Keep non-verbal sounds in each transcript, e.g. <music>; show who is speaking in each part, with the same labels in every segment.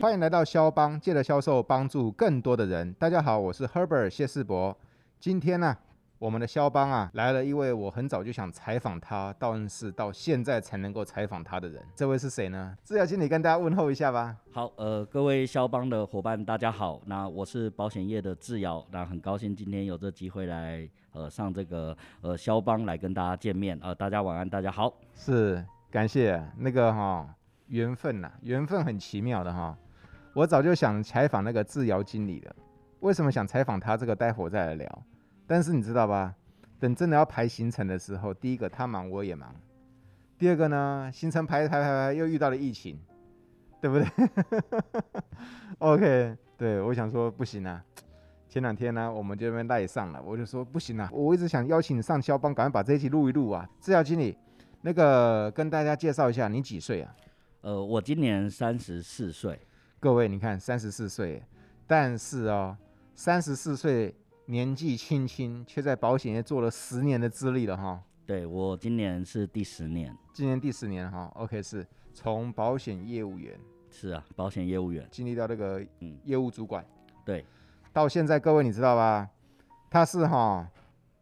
Speaker 1: 欢迎来到肖邦，借着销售帮助更多的人。大家好，我是 Herbert 谢世博。今天呢、我们的肖邦啊来了一位我很早就想采访他，但是到现在才能够采访他的人。这位是谁呢？治疗经理跟大家问候一下吧。
Speaker 2: 好，呃，各位肖邦的伙伴，大家好。那我是保险业的志尧，那很高兴今天有这机会来呃上这个呃肖邦来跟大家见面。呃，大家晚安，大家好。
Speaker 1: 是，感谢那个哈、缘分呐、缘分很奇妙的哈、我早就想采访那个制窑经理了，为什么想采访他？这个待会儿再来聊。但是你知道吧？等真的要排行程的时候，第一个他忙我也忙，第二个呢，行程排排排排又遇到了疫情，对不对 <laughs> ？OK，对我想说不行啊。前两天呢、我们就在那边赖上了，我就说不行啊，我一直想邀请你上肖邦，赶快把这一集录一录啊。制药经理，那个跟大家介绍一下，你几岁啊？
Speaker 2: 呃，我今年三十四岁，
Speaker 1: 各位，你看三十四岁，但是哦，三十四岁年纪轻轻，却在保险业做了十年的资历了哈。
Speaker 2: 对我今年是第十年。
Speaker 1: 今年第十年了哈，OK 是从保险业务员
Speaker 2: 是啊，保险业务员。
Speaker 1: 经历到这个
Speaker 2: 嗯
Speaker 1: 业务主管，
Speaker 2: 对，
Speaker 1: 到现在各位你知道吧？他是哈、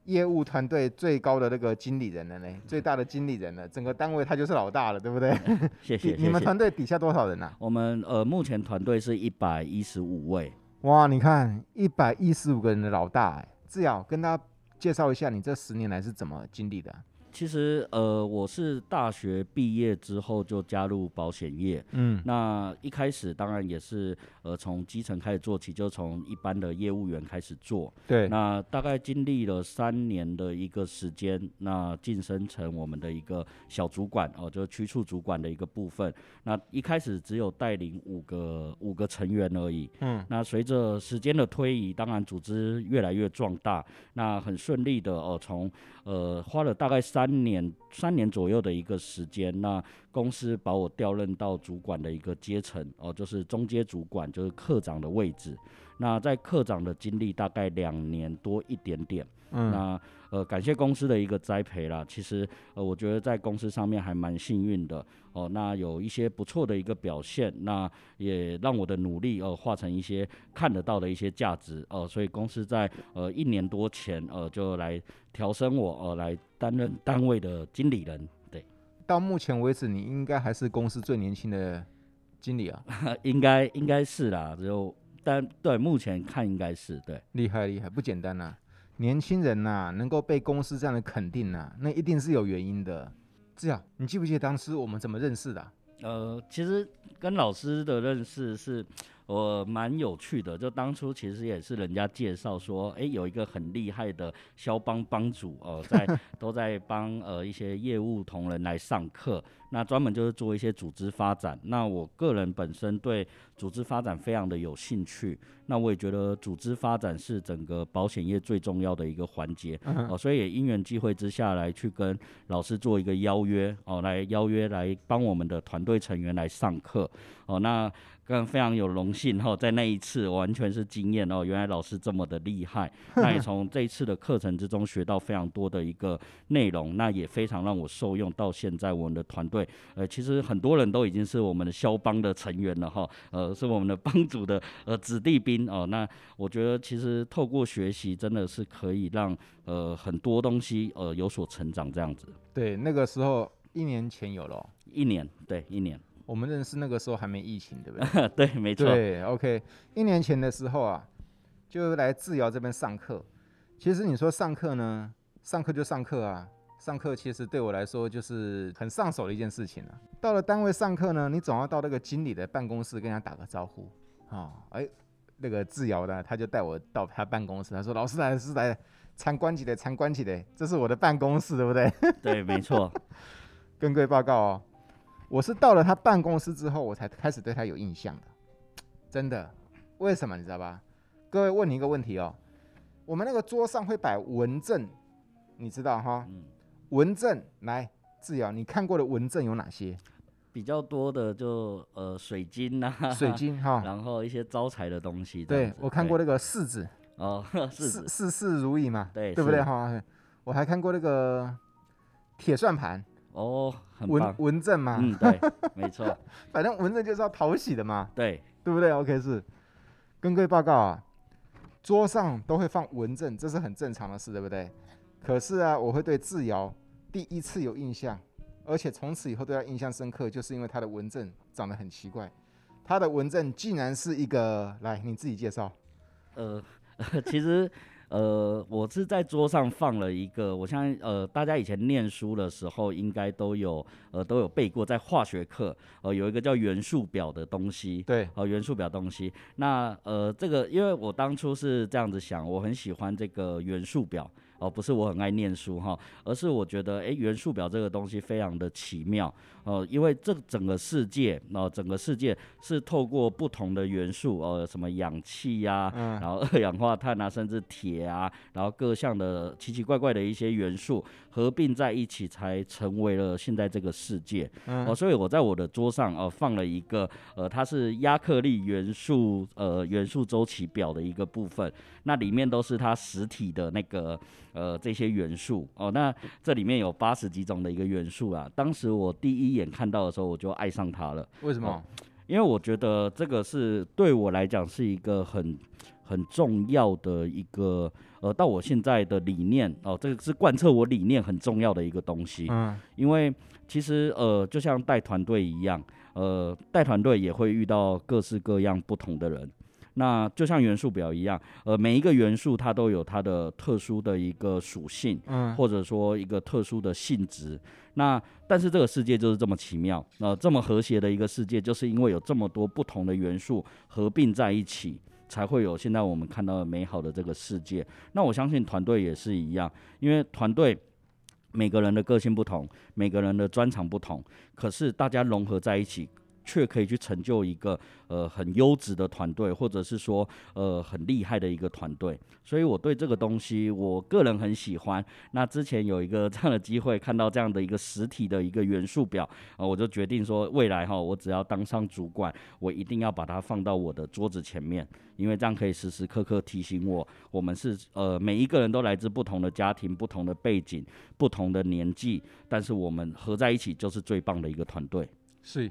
Speaker 1: 业务团队最高的那个经理人了呢，最大的经理人了，整个单位他就是老大了，对不对？
Speaker 2: 谢 <laughs> 谢
Speaker 1: 你你
Speaker 2: 谢
Speaker 1: 们
Speaker 2: 谢。
Speaker 1: 团队底下多少人呐、啊
Speaker 2: 我们呃目前团队是一百一十五位。
Speaker 1: 哇，你看一百一十五个人的老大、哎，志尧跟大家介绍一下，你这十年来是怎么经历的啊？
Speaker 2: 其实呃我是大学毕业之后就加入保险业，
Speaker 1: 嗯，
Speaker 2: 那一开始当然也是呃从基层开始做起，就从一般的业务员开始做。
Speaker 1: 对，
Speaker 2: 那大概经历了三年的一个时间，那晋升成我们的一个小主管哦，就是区处主管的一个部分。那一开始只有带领五个五个成员而已。
Speaker 1: 嗯，
Speaker 2: 那随着时间的推移，当然组织越来越壮大，那很顺利的哦，从呃花了大概三年三年左右的一个时间，那公司把我调任到主管的一个阶层哦，就是中阶主管，就是科长的位置。那在科长的经历大概两年多一点点，
Speaker 1: 嗯，
Speaker 2: 那呃感谢公司的一个栽培啦。其实呃我觉得在公司上面还蛮幸运的哦，那有一些不错的一个表现，那也让我的努力呃化成一些看得到的一些价值哦、所以公司在呃一年多前呃就来调升我呃来担任单位的经理人。 <laughs> 对，
Speaker 1: 到目前为止，你应该还是公司最年轻的经理啊，
Speaker 2: 应该应该是啦，就但对目前看应该是对。
Speaker 1: 厉害厉害，不简单呐、年轻人呐、能够被公司这样的肯定呐、那一定是有原因的。志尧，你记不记得当时我们怎么认识的啊、
Speaker 2: 呃，其实跟老师的认识是我蛮有趣的，就当初其实也是人家介绍说，诶，有一个很厉害的肖邦帮主哦、呃在都在帮呃一些业务同仁来上课，那专门就是做一些组织发展。那我个人本身对组织发展非常的有兴趣，那我也觉得组织发展是整个保险业最重要的一个环节哦、所以也因缘际会之下来去跟老师做一个邀约哦，来邀约来帮我们的团队成员来上课哦。那更非常有荣幸哈、哦，在那一次完全是惊艳哦，原来老师这么的厉害。那也从这一次的课程之中学到非常多的一个内容，那也非常让我受用。到现在我们的团队，呃，其实很多人都已经是我们的肖邦的成员了哈、呃，是我们的帮主的呃子弟兵哦。那我觉得其实透过学习，真的是可以让呃很多东西呃有所成长这样子。
Speaker 1: 对，那个时候一年前有了哦、
Speaker 2: 一年，对，一年， <laughs>
Speaker 1: 我们认识那个时候还没疫情，对不对？
Speaker 2: 对，没错，
Speaker 1: 对，OK，一年前的时候啊，就来智瑶这边上课。其实你说上课呢，上课就上课啊，上课其实对我来说就是很上手的一件事情啊。到了单位上课呢，你总要到那个经理的办公室跟他打个招呼哦。哎，那个智瑶啊呢，他就带我到他办公室，他说：“老师来，老师来，参观起来，参观起来，这是我的办公室，对不对？”
Speaker 2: 对，没错， <laughs>
Speaker 1: 跟各位报告哦，我是到了他办公室之后，我才开始对他有印象的，真的。为什么你知道吧？各位问你一个问题哦，我们那个桌上会摆文证，你知道哈？
Speaker 2: 嗯，
Speaker 1: 文证来，志尧，你看过的文证有哪些？
Speaker 2: <laughs> 比较多的就呃水晶呐、啊， <laughs>
Speaker 1: 水，晶哈，
Speaker 2: 然后一些招财的东西这样
Speaker 1: 对
Speaker 2: 子，
Speaker 1: 我看过那个柿子，
Speaker 2: 对哦， <laughs> 是
Speaker 1: 事
Speaker 2: 子，
Speaker 1: 事事如意嘛，
Speaker 2: 对
Speaker 1: 对不对
Speaker 2: 是
Speaker 1: 哈？我还看过那个铁算盘，
Speaker 2: 哦，很
Speaker 1: 文
Speaker 2: 棒，
Speaker 1: 文正嘛，
Speaker 2: 嗯，对，没错，
Speaker 1: 反正文正就是要讨喜的嘛，
Speaker 2: 对，
Speaker 1: 对不对？OK，是跟各位报告啊，桌上都会放文正，这是很正常的事，对不对？可是啊，我会对智瑶第一次有印象，而且从此以后对他印象深刻，就是因为他的文正长得很奇怪，他的文正竟然是一个，来你自己介绍，
Speaker 2: 呃， <laughs> 其实呃，我是在桌上放了一个，我相信呃，大家以前念书的时候应该都有呃都有背过，在化学课呃有一个叫元素表的东西，
Speaker 1: 对，
Speaker 2: 哦，元素表东西。那呃，这个因为我当初是这样子想，我很喜欢这个元素表哦，不是我很爱念书哈，而是我觉得诶，元素表这个东西非常的奇妙哦，因为这整个世界哦，整个世界是透过不同的元素哦，什么氧气呀、
Speaker 1: 嗯，
Speaker 2: 然后二氧化碳啊，甚至铁啊，然后各项的奇奇怪怪的一些元素合并在一起，才成为了现在这个世界。
Speaker 1: 嗯
Speaker 2: 哦，所以我在我的桌上哦、放了一个呃，它是亚克力元素呃元素周期表的一个部分，那里面都是它实体的那个呃这些元素哦。那这里面有八十几种的一个元素啊。当时我第一眼看到的时候，我就爱上它了。
Speaker 1: 为什么
Speaker 2: 哦？因为我觉得这个是对我来讲是一个很很重要的一个呃，到我现在的理念哦，这个是贯彻我理念很重要的一个东西。
Speaker 1: 嗯，
Speaker 2: 因为其实呃，就像带团队一样，呃，带团队也会遇到各式各样不同的人。那就像元素表一样，呃，每一个元素它都有它的特殊的一个属性，
Speaker 1: 嗯
Speaker 2: 或者说一个特殊的性质。那但是这个世界就是这么奇妙，呃，这么和谐的一个世界，就是因为有这么多不同的元素合并在一起，才会有现在我们看到的美好的这个世界。那我相信团队也是一样，因为团队。每个人的个性不同，每个人的专长不同，可是大家融合在一起，却可以去成就一个呃很优质的团队，或者是说呃很厉害的一个团队。所以我对这个东西，我个人很喜欢。那之前有一个这样的机会，看到这样的一个实体的一个元素表，呃，我就决定说，未来哈，我只要当上主管，我一定要把它放到我的桌子前面，因为这样可以时时刻刻提醒我，我们是呃每一个人都来自不同的家庭、不同的背景、不同的年纪，但是我们合在一起就是最棒的一个团队。
Speaker 1: 是，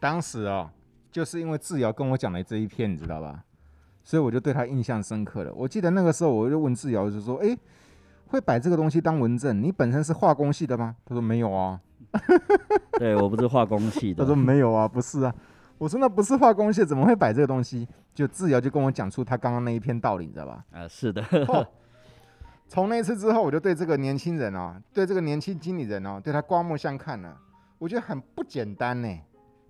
Speaker 1: 当时哦，就是因为志尧跟我讲了这一篇，你知道吧？所以我就对他印象深刻了。我记得那个时候，我就问志尧，我就说：“诶，会摆这个东西当文证，你本身是化工系的吗？”他说：“没有啊。
Speaker 2: 对我不是化工系”
Speaker 1: 他 <laughs>
Speaker 2: 的
Speaker 1: 说：“，没有啊，不是啊。”我说：“那不是化工系，怎么会摆这个东西？”就志尧就跟我讲出他刚刚那一篇道理，你知道吧？
Speaker 2: 呃，是的，
Speaker 1: <laughs> 哦从那一次之后，我就对这个年轻人哦，对这个年轻经理人哦，对他刮目相看了。我觉得很不简单呢。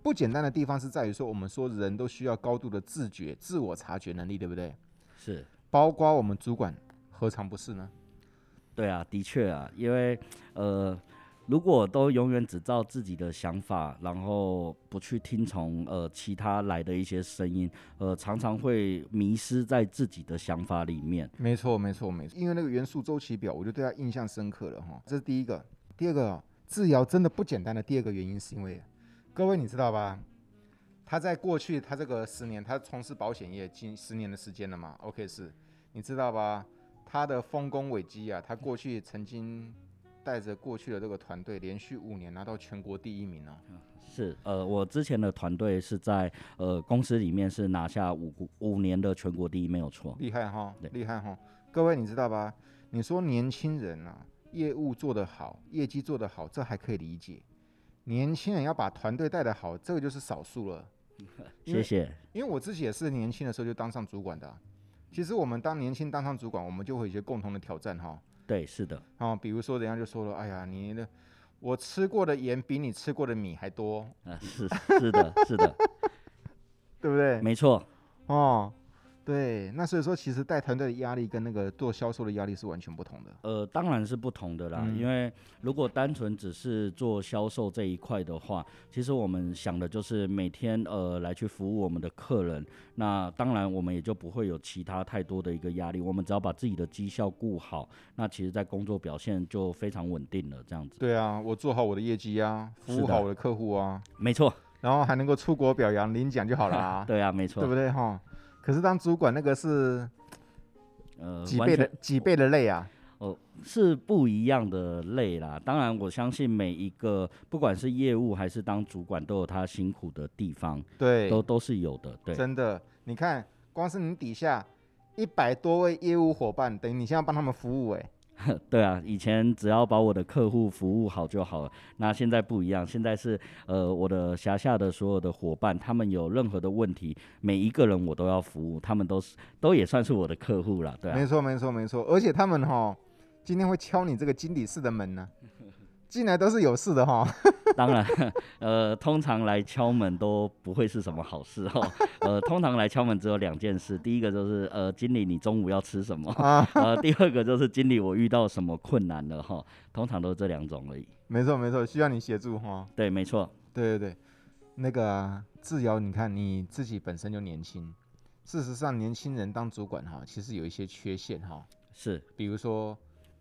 Speaker 1: 不简单的地方是在于说，我们说人都需要高度的自觉、自我察觉能力，对不对？
Speaker 2: <laughs> 是。
Speaker 1: 包括我们主管，何尝不是呢？
Speaker 2: 对啊，的确啊，因为呃，如果都永远只照自己的想法，然后不去听从呃其他来的一些声音，呃，常常会迷失在自己的想法里面。
Speaker 1: 没错，没错，没错。因为那个元素周期表，我就对他印象深刻了哈。这是第一个，第二个、哦，智瑶真的不简单的第二个原因是因为，各位你知道吧？他在过去他这个十年，他从事保险业近十年的时间了嘛？OK，是，你知道吧？他的丰功伟绩啊，他过去曾经带着过去的这个团队，连续五年拿到全国第一名哦。
Speaker 2: 是，呃，我之前的团队是在呃公司里面是拿下五五年的全国第一，没有错。
Speaker 1: 厉害哈
Speaker 2: 对，
Speaker 1: 厉害哈！各位你知道吧？你说年轻人啊，业务做得好，业绩做得好，这还可以理解。年轻人要把团队带得好，这个就是少数了。因
Speaker 2: 谢
Speaker 1: 为
Speaker 2: 谢。
Speaker 1: 因为我自己也是年轻的时候就当上主管的啊、其实我们当年轻当上主管，我们就会有一些共同的挑战哈。
Speaker 2: 对，是的，
Speaker 1: 啊，比如说人家就说了，哎呀，你的我吃过的盐比你吃过的米还多，
Speaker 2: 呃，是 <laughs> 是的，是的，
Speaker 1: 对不对？
Speaker 2: 没错。
Speaker 1: 哦，对。那所以说，其实带团队的压力跟那个做销售的压力是完全不同的。
Speaker 2: 呃，当然是不同的啦，
Speaker 1: 嗯
Speaker 2: 因为如果单纯只是做销售这一块的话，其实我们想的就是每天呃来去服务我们的客人，那当然我们也就不会有其他太多的一个压力，我们只要把自己的绩效顾好，那其实在工作表现就非常稳定了，这样子。
Speaker 1: 对啊，我做好我的业绩啊，服
Speaker 2: 是
Speaker 1: 务
Speaker 2: 的
Speaker 1: 好我的客户啊，
Speaker 2: 没错，
Speaker 1: 然后还能够出国表扬领奖就好了啊，
Speaker 2: <laughs> 对啊，没错，
Speaker 1: 对不对哈？可是当主管那个是
Speaker 2: 呃，
Speaker 1: 几
Speaker 2: 完
Speaker 1: 倍的
Speaker 2: 全
Speaker 1: 几倍的累啊，
Speaker 2: 哦，是不一样的累啦。当然，我相信每一个不管是业务还是当主管，都有他辛苦的地方，
Speaker 1: 对，
Speaker 2: 都都是有的。对，
Speaker 1: 真的，你看，光是你底下一百多位业务伙伴，等于你现在帮他们服务、欸，哎，
Speaker 2: 对啊，以前只要把我的客户服务好就好了。那现在不一样，现在是呃，我的辖下的所有的伙伴，他们有任何的问题，每一个人我都要服务，他们都是都也算是我的客户啦，对啊
Speaker 1: 没，错，没错，没错。而且他们哈，今天会敲你这个经理室的
Speaker 2: <laughs>
Speaker 1: 门呢、进来都是有事的哈。 <laughs>
Speaker 2: 当然， <laughs> 呃，通常来敲门都不会是什么好事哦。呃，通常来敲门只有两件事，第一个就是呃，经理你中午要吃什么？
Speaker 1: 啊
Speaker 2: 呃，第二个就是经理我遇到什么困难了哈。通常都是这两种而已。
Speaker 1: 没错，没错，需要你协助哈。
Speaker 2: 对，没错。
Speaker 1: 对对对，那个啊志尧，你看你自己本身就年轻，事实上年轻人当主管哈，其实有一些缺陷哈，
Speaker 2: 是，
Speaker 1: 比如说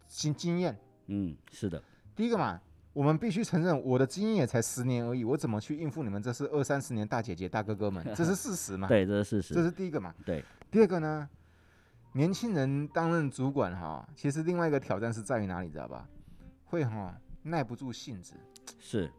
Speaker 1: 经经验，
Speaker 2: 嗯，是的，
Speaker 1: 第一个嘛，我们必须承认我的经验也才十年而已，我怎么去应付你们这是二三十年大姐姐大哥哥们，这是事实嘛？，
Speaker 2: <laughs> 对，这是事
Speaker 1: 啊这
Speaker 2: 实。
Speaker 1: 是第一个嘛。
Speaker 2: 对，
Speaker 1: 第二个呢，年轻人担任主管哈，其实另外一个挑战是在于哪里，知道吧？会哈耐不住性子，
Speaker 2: 是，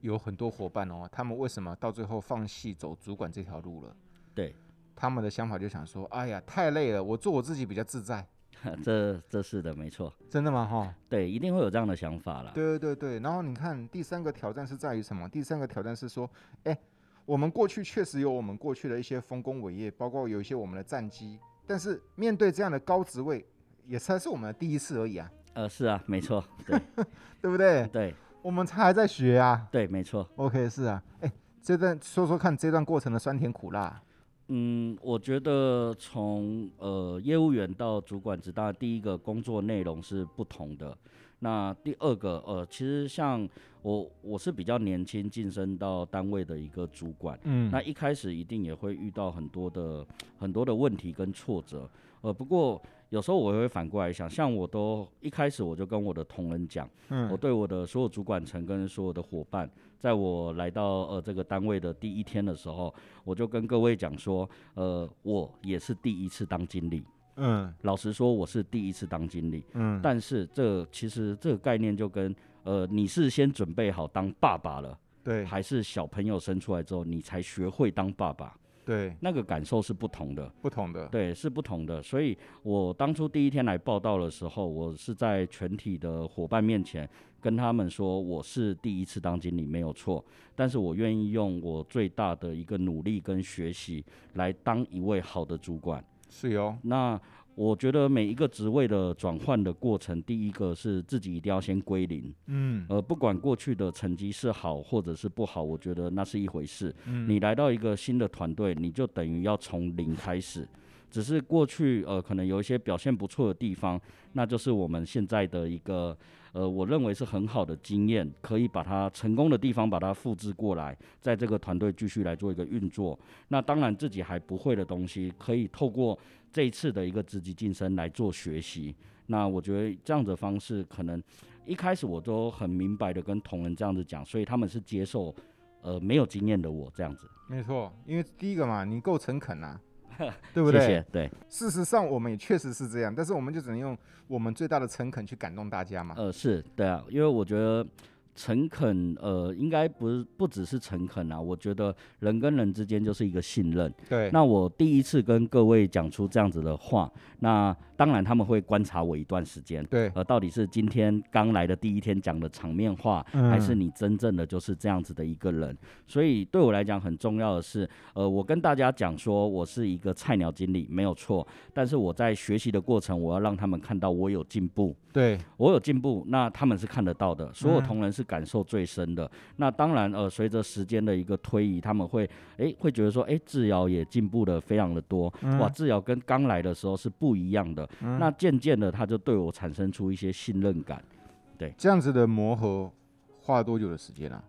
Speaker 1: 有很多伙伴哦，他们为什么到最后放弃走主管这条路了？
Speaker 2: 对，
Speaker 1: 他们的想法就想说，哎呀，太累了，我做我自己比较自在，
Speaker 2: <laughs> 这这是的，没错。
Speaker 1: 真的吗？哈，
Speaker 2: 对，一定会有这样的想法啦。
Speaker 1: 对对对对。然后你看，第三个挑战是在于什么？第三个挑战是说，哎，我们过去确实有我们过去的一些丰功伟业，包括有一些我们的战绩，但是面对这样的高职位，也才是我们的第一次而已啊，
Speaker 2: 呃，是啊，没错，对 <laughs>
Speaker 1: 对不对？
Speaker 2: 对
Speaker 1: 我们才还在学啊。
Speaker 2: 对，没错。
Speaker 1: OK，是啊，哎，这段说说看这段过程的酸甜苦辣，啊
Speaker 2: 嗯，我觉得从呃业务员到主管职，当然第一个工作内容是不同的。那第二个，呃，其实像我，我是比较年轻晋升到单位的一个主管，
Speaker 1: 嗯
Speaker 2: 那一开始一定也会遇到很多的很多的问题跟挫折，呃，不过有时候我也会反过来想，像我都一开始我就跟我的同仁讲，
Speaker 1: 嗯
Speaker 2: 我对我的所有主管层跟所有的伙伴，在我来到呃这个单位的第一天的时候，我就跟各位讲说，呃，我也是第一次当经理，
Speaker 1: 嗯
Speaker 2: 老实说，我是第一次当经理，
Speaker 1: 嗯，
Speaker 2: 但是这其实这个概念就跟呃你是先准备好当爸爸了。
Speaker 1: 对
Speaker 2: 还是小朋友生出来之后，你才学会当爸爸，
Speaker 1: 对，
Speaker 2: 那个感受是不同的，
Speaker 1: 不同的，
Speaker 2: 对，是不同的。所以我当初第一天来报道的时候，我是在全体的伙伴面前跟他们说，我是第一次当经理，没有错，但是我愿意用我最大的一个努力跟学习来当一位好的主管。
Speaker 1: 是哟，
Speaker 2: 那我觉得每一个职位的转换的过程，第一个是自己一定要先归零，
Speaker 1: 嗯
Speaker 2: 呃，不管过去的成绩是好或者是不好，我觉得那是一回事。
Speaker 1: 嗯
Speaker 2: 你来到一个新的团队，你就等于要从零开始。只是过去呃，可能有一些表现不错的地方，那就是我们现在的一个呃，我认为是很好的经验，可以把它成功的地方把它复制过来，在这个团队继续来做一个运作。那当然自己还不会的东西，可以透过这一次的一个职级晋升来做学习。那我觉得这样的方式可能一开始我都很明白的跟同仁这样子讲，所以他们是接受，呃，没有经验的我这样子，
Speaker 1: 没错，因为第一个嘛，你够诚恳
Speaker 2: <laughs>
Speaker 1: 呐、对不对？
Speaker 2: 谢谢，对，
Speaker 1: 事实上，我们也确实是这样，但是我们就只能用我们最大的诚恳去感动大家嘛。
Speaker 2: 呃，是对啊，因为我觉得诚恳，呃，应该不是不只是诚恳啊，我觉得人跟人之间就是一个信任。
Speaker 1: 对，
Speaker 2: 那我第一次跟各位讲出这样子的话，那当然他们会观察我一段时间，
Speaker 1: 对，
Speaker 2: 呃，到底是今天刚来的第一天讲的场面话，
Speaker 1: 嗯
Speaker 2: 还是你真正的就是这样子的一个人？所以对我来讲很重要的是，呃，我跟大家讲说我是一个菜鸟经理没有错，但是我在学习的过程，我要让他们看到我有进步，
Speaker 1: 对，
Speaker 2: 我有进步，那他们是看得到
Speaker 1: 嗯
Speaker 2: 的，所有同仁是感受最深的。那当然，呃，随着时间的一个推移，他们会，诶，会觉得说，诶，志尧也进步的非常的多，
Speaker 1: 嗯
Speaker 2: 哇，志尧跟刚来的时候是不一样的。那渐渐的，他就对我产生出一些信任感。
Speaker 1: 这样子的磨合花了多久的时间啊？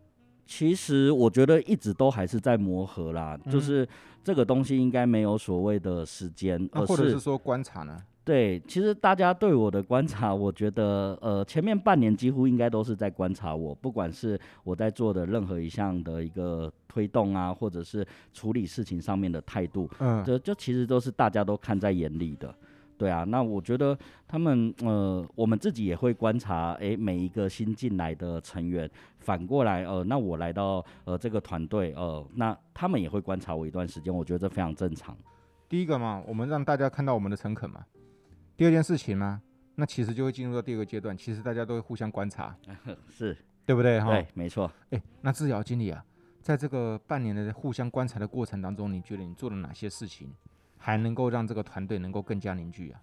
Speaker 2: 其实我觉得一直都还是在磨合啦，
Speaker 1: 嗯
Speaker 2: 就是这个东西应该没有所谓的时间，
Speaker 1: 那
Speaker 2: 而
Speaker 1: 啊或者
Speaker 2: 是
Speaker 1: 是说观察呢？
Speaker 2: 对，其实大家对我的观察，我觉得呃，前面半年几乎应该都是在观察我，不管是我在做的任何一项的一个推动啊，或者是处理事情上面的态度，
Speaker 1: 嗯，
Speaker 2: 这就其实都是大家都看在眼里的。对啊，那我觉得他们呃，我们自己也会观察，诶，每一个新进来的成员，反过来呃，那我来到呃这个团队呃，那他们也会观察我一段时间，我觉得这非常正常。
Speaker 1: 第一个嘛，我们让大家看到我们的诚恳嘛。第二件事情嘛，那其实就会进入到第二个阶段，其实大家都会互相观察，
Speaker 2: 是，
Speaker 1: 对不对哈？
Speaker 2: 对，没错。
Speaker 1: 哎，那志尧经理啊，在这个半年的互相观察的过程当中，你觉得你做了哪些事情，还能够让这个团队能够更加凝聚啊？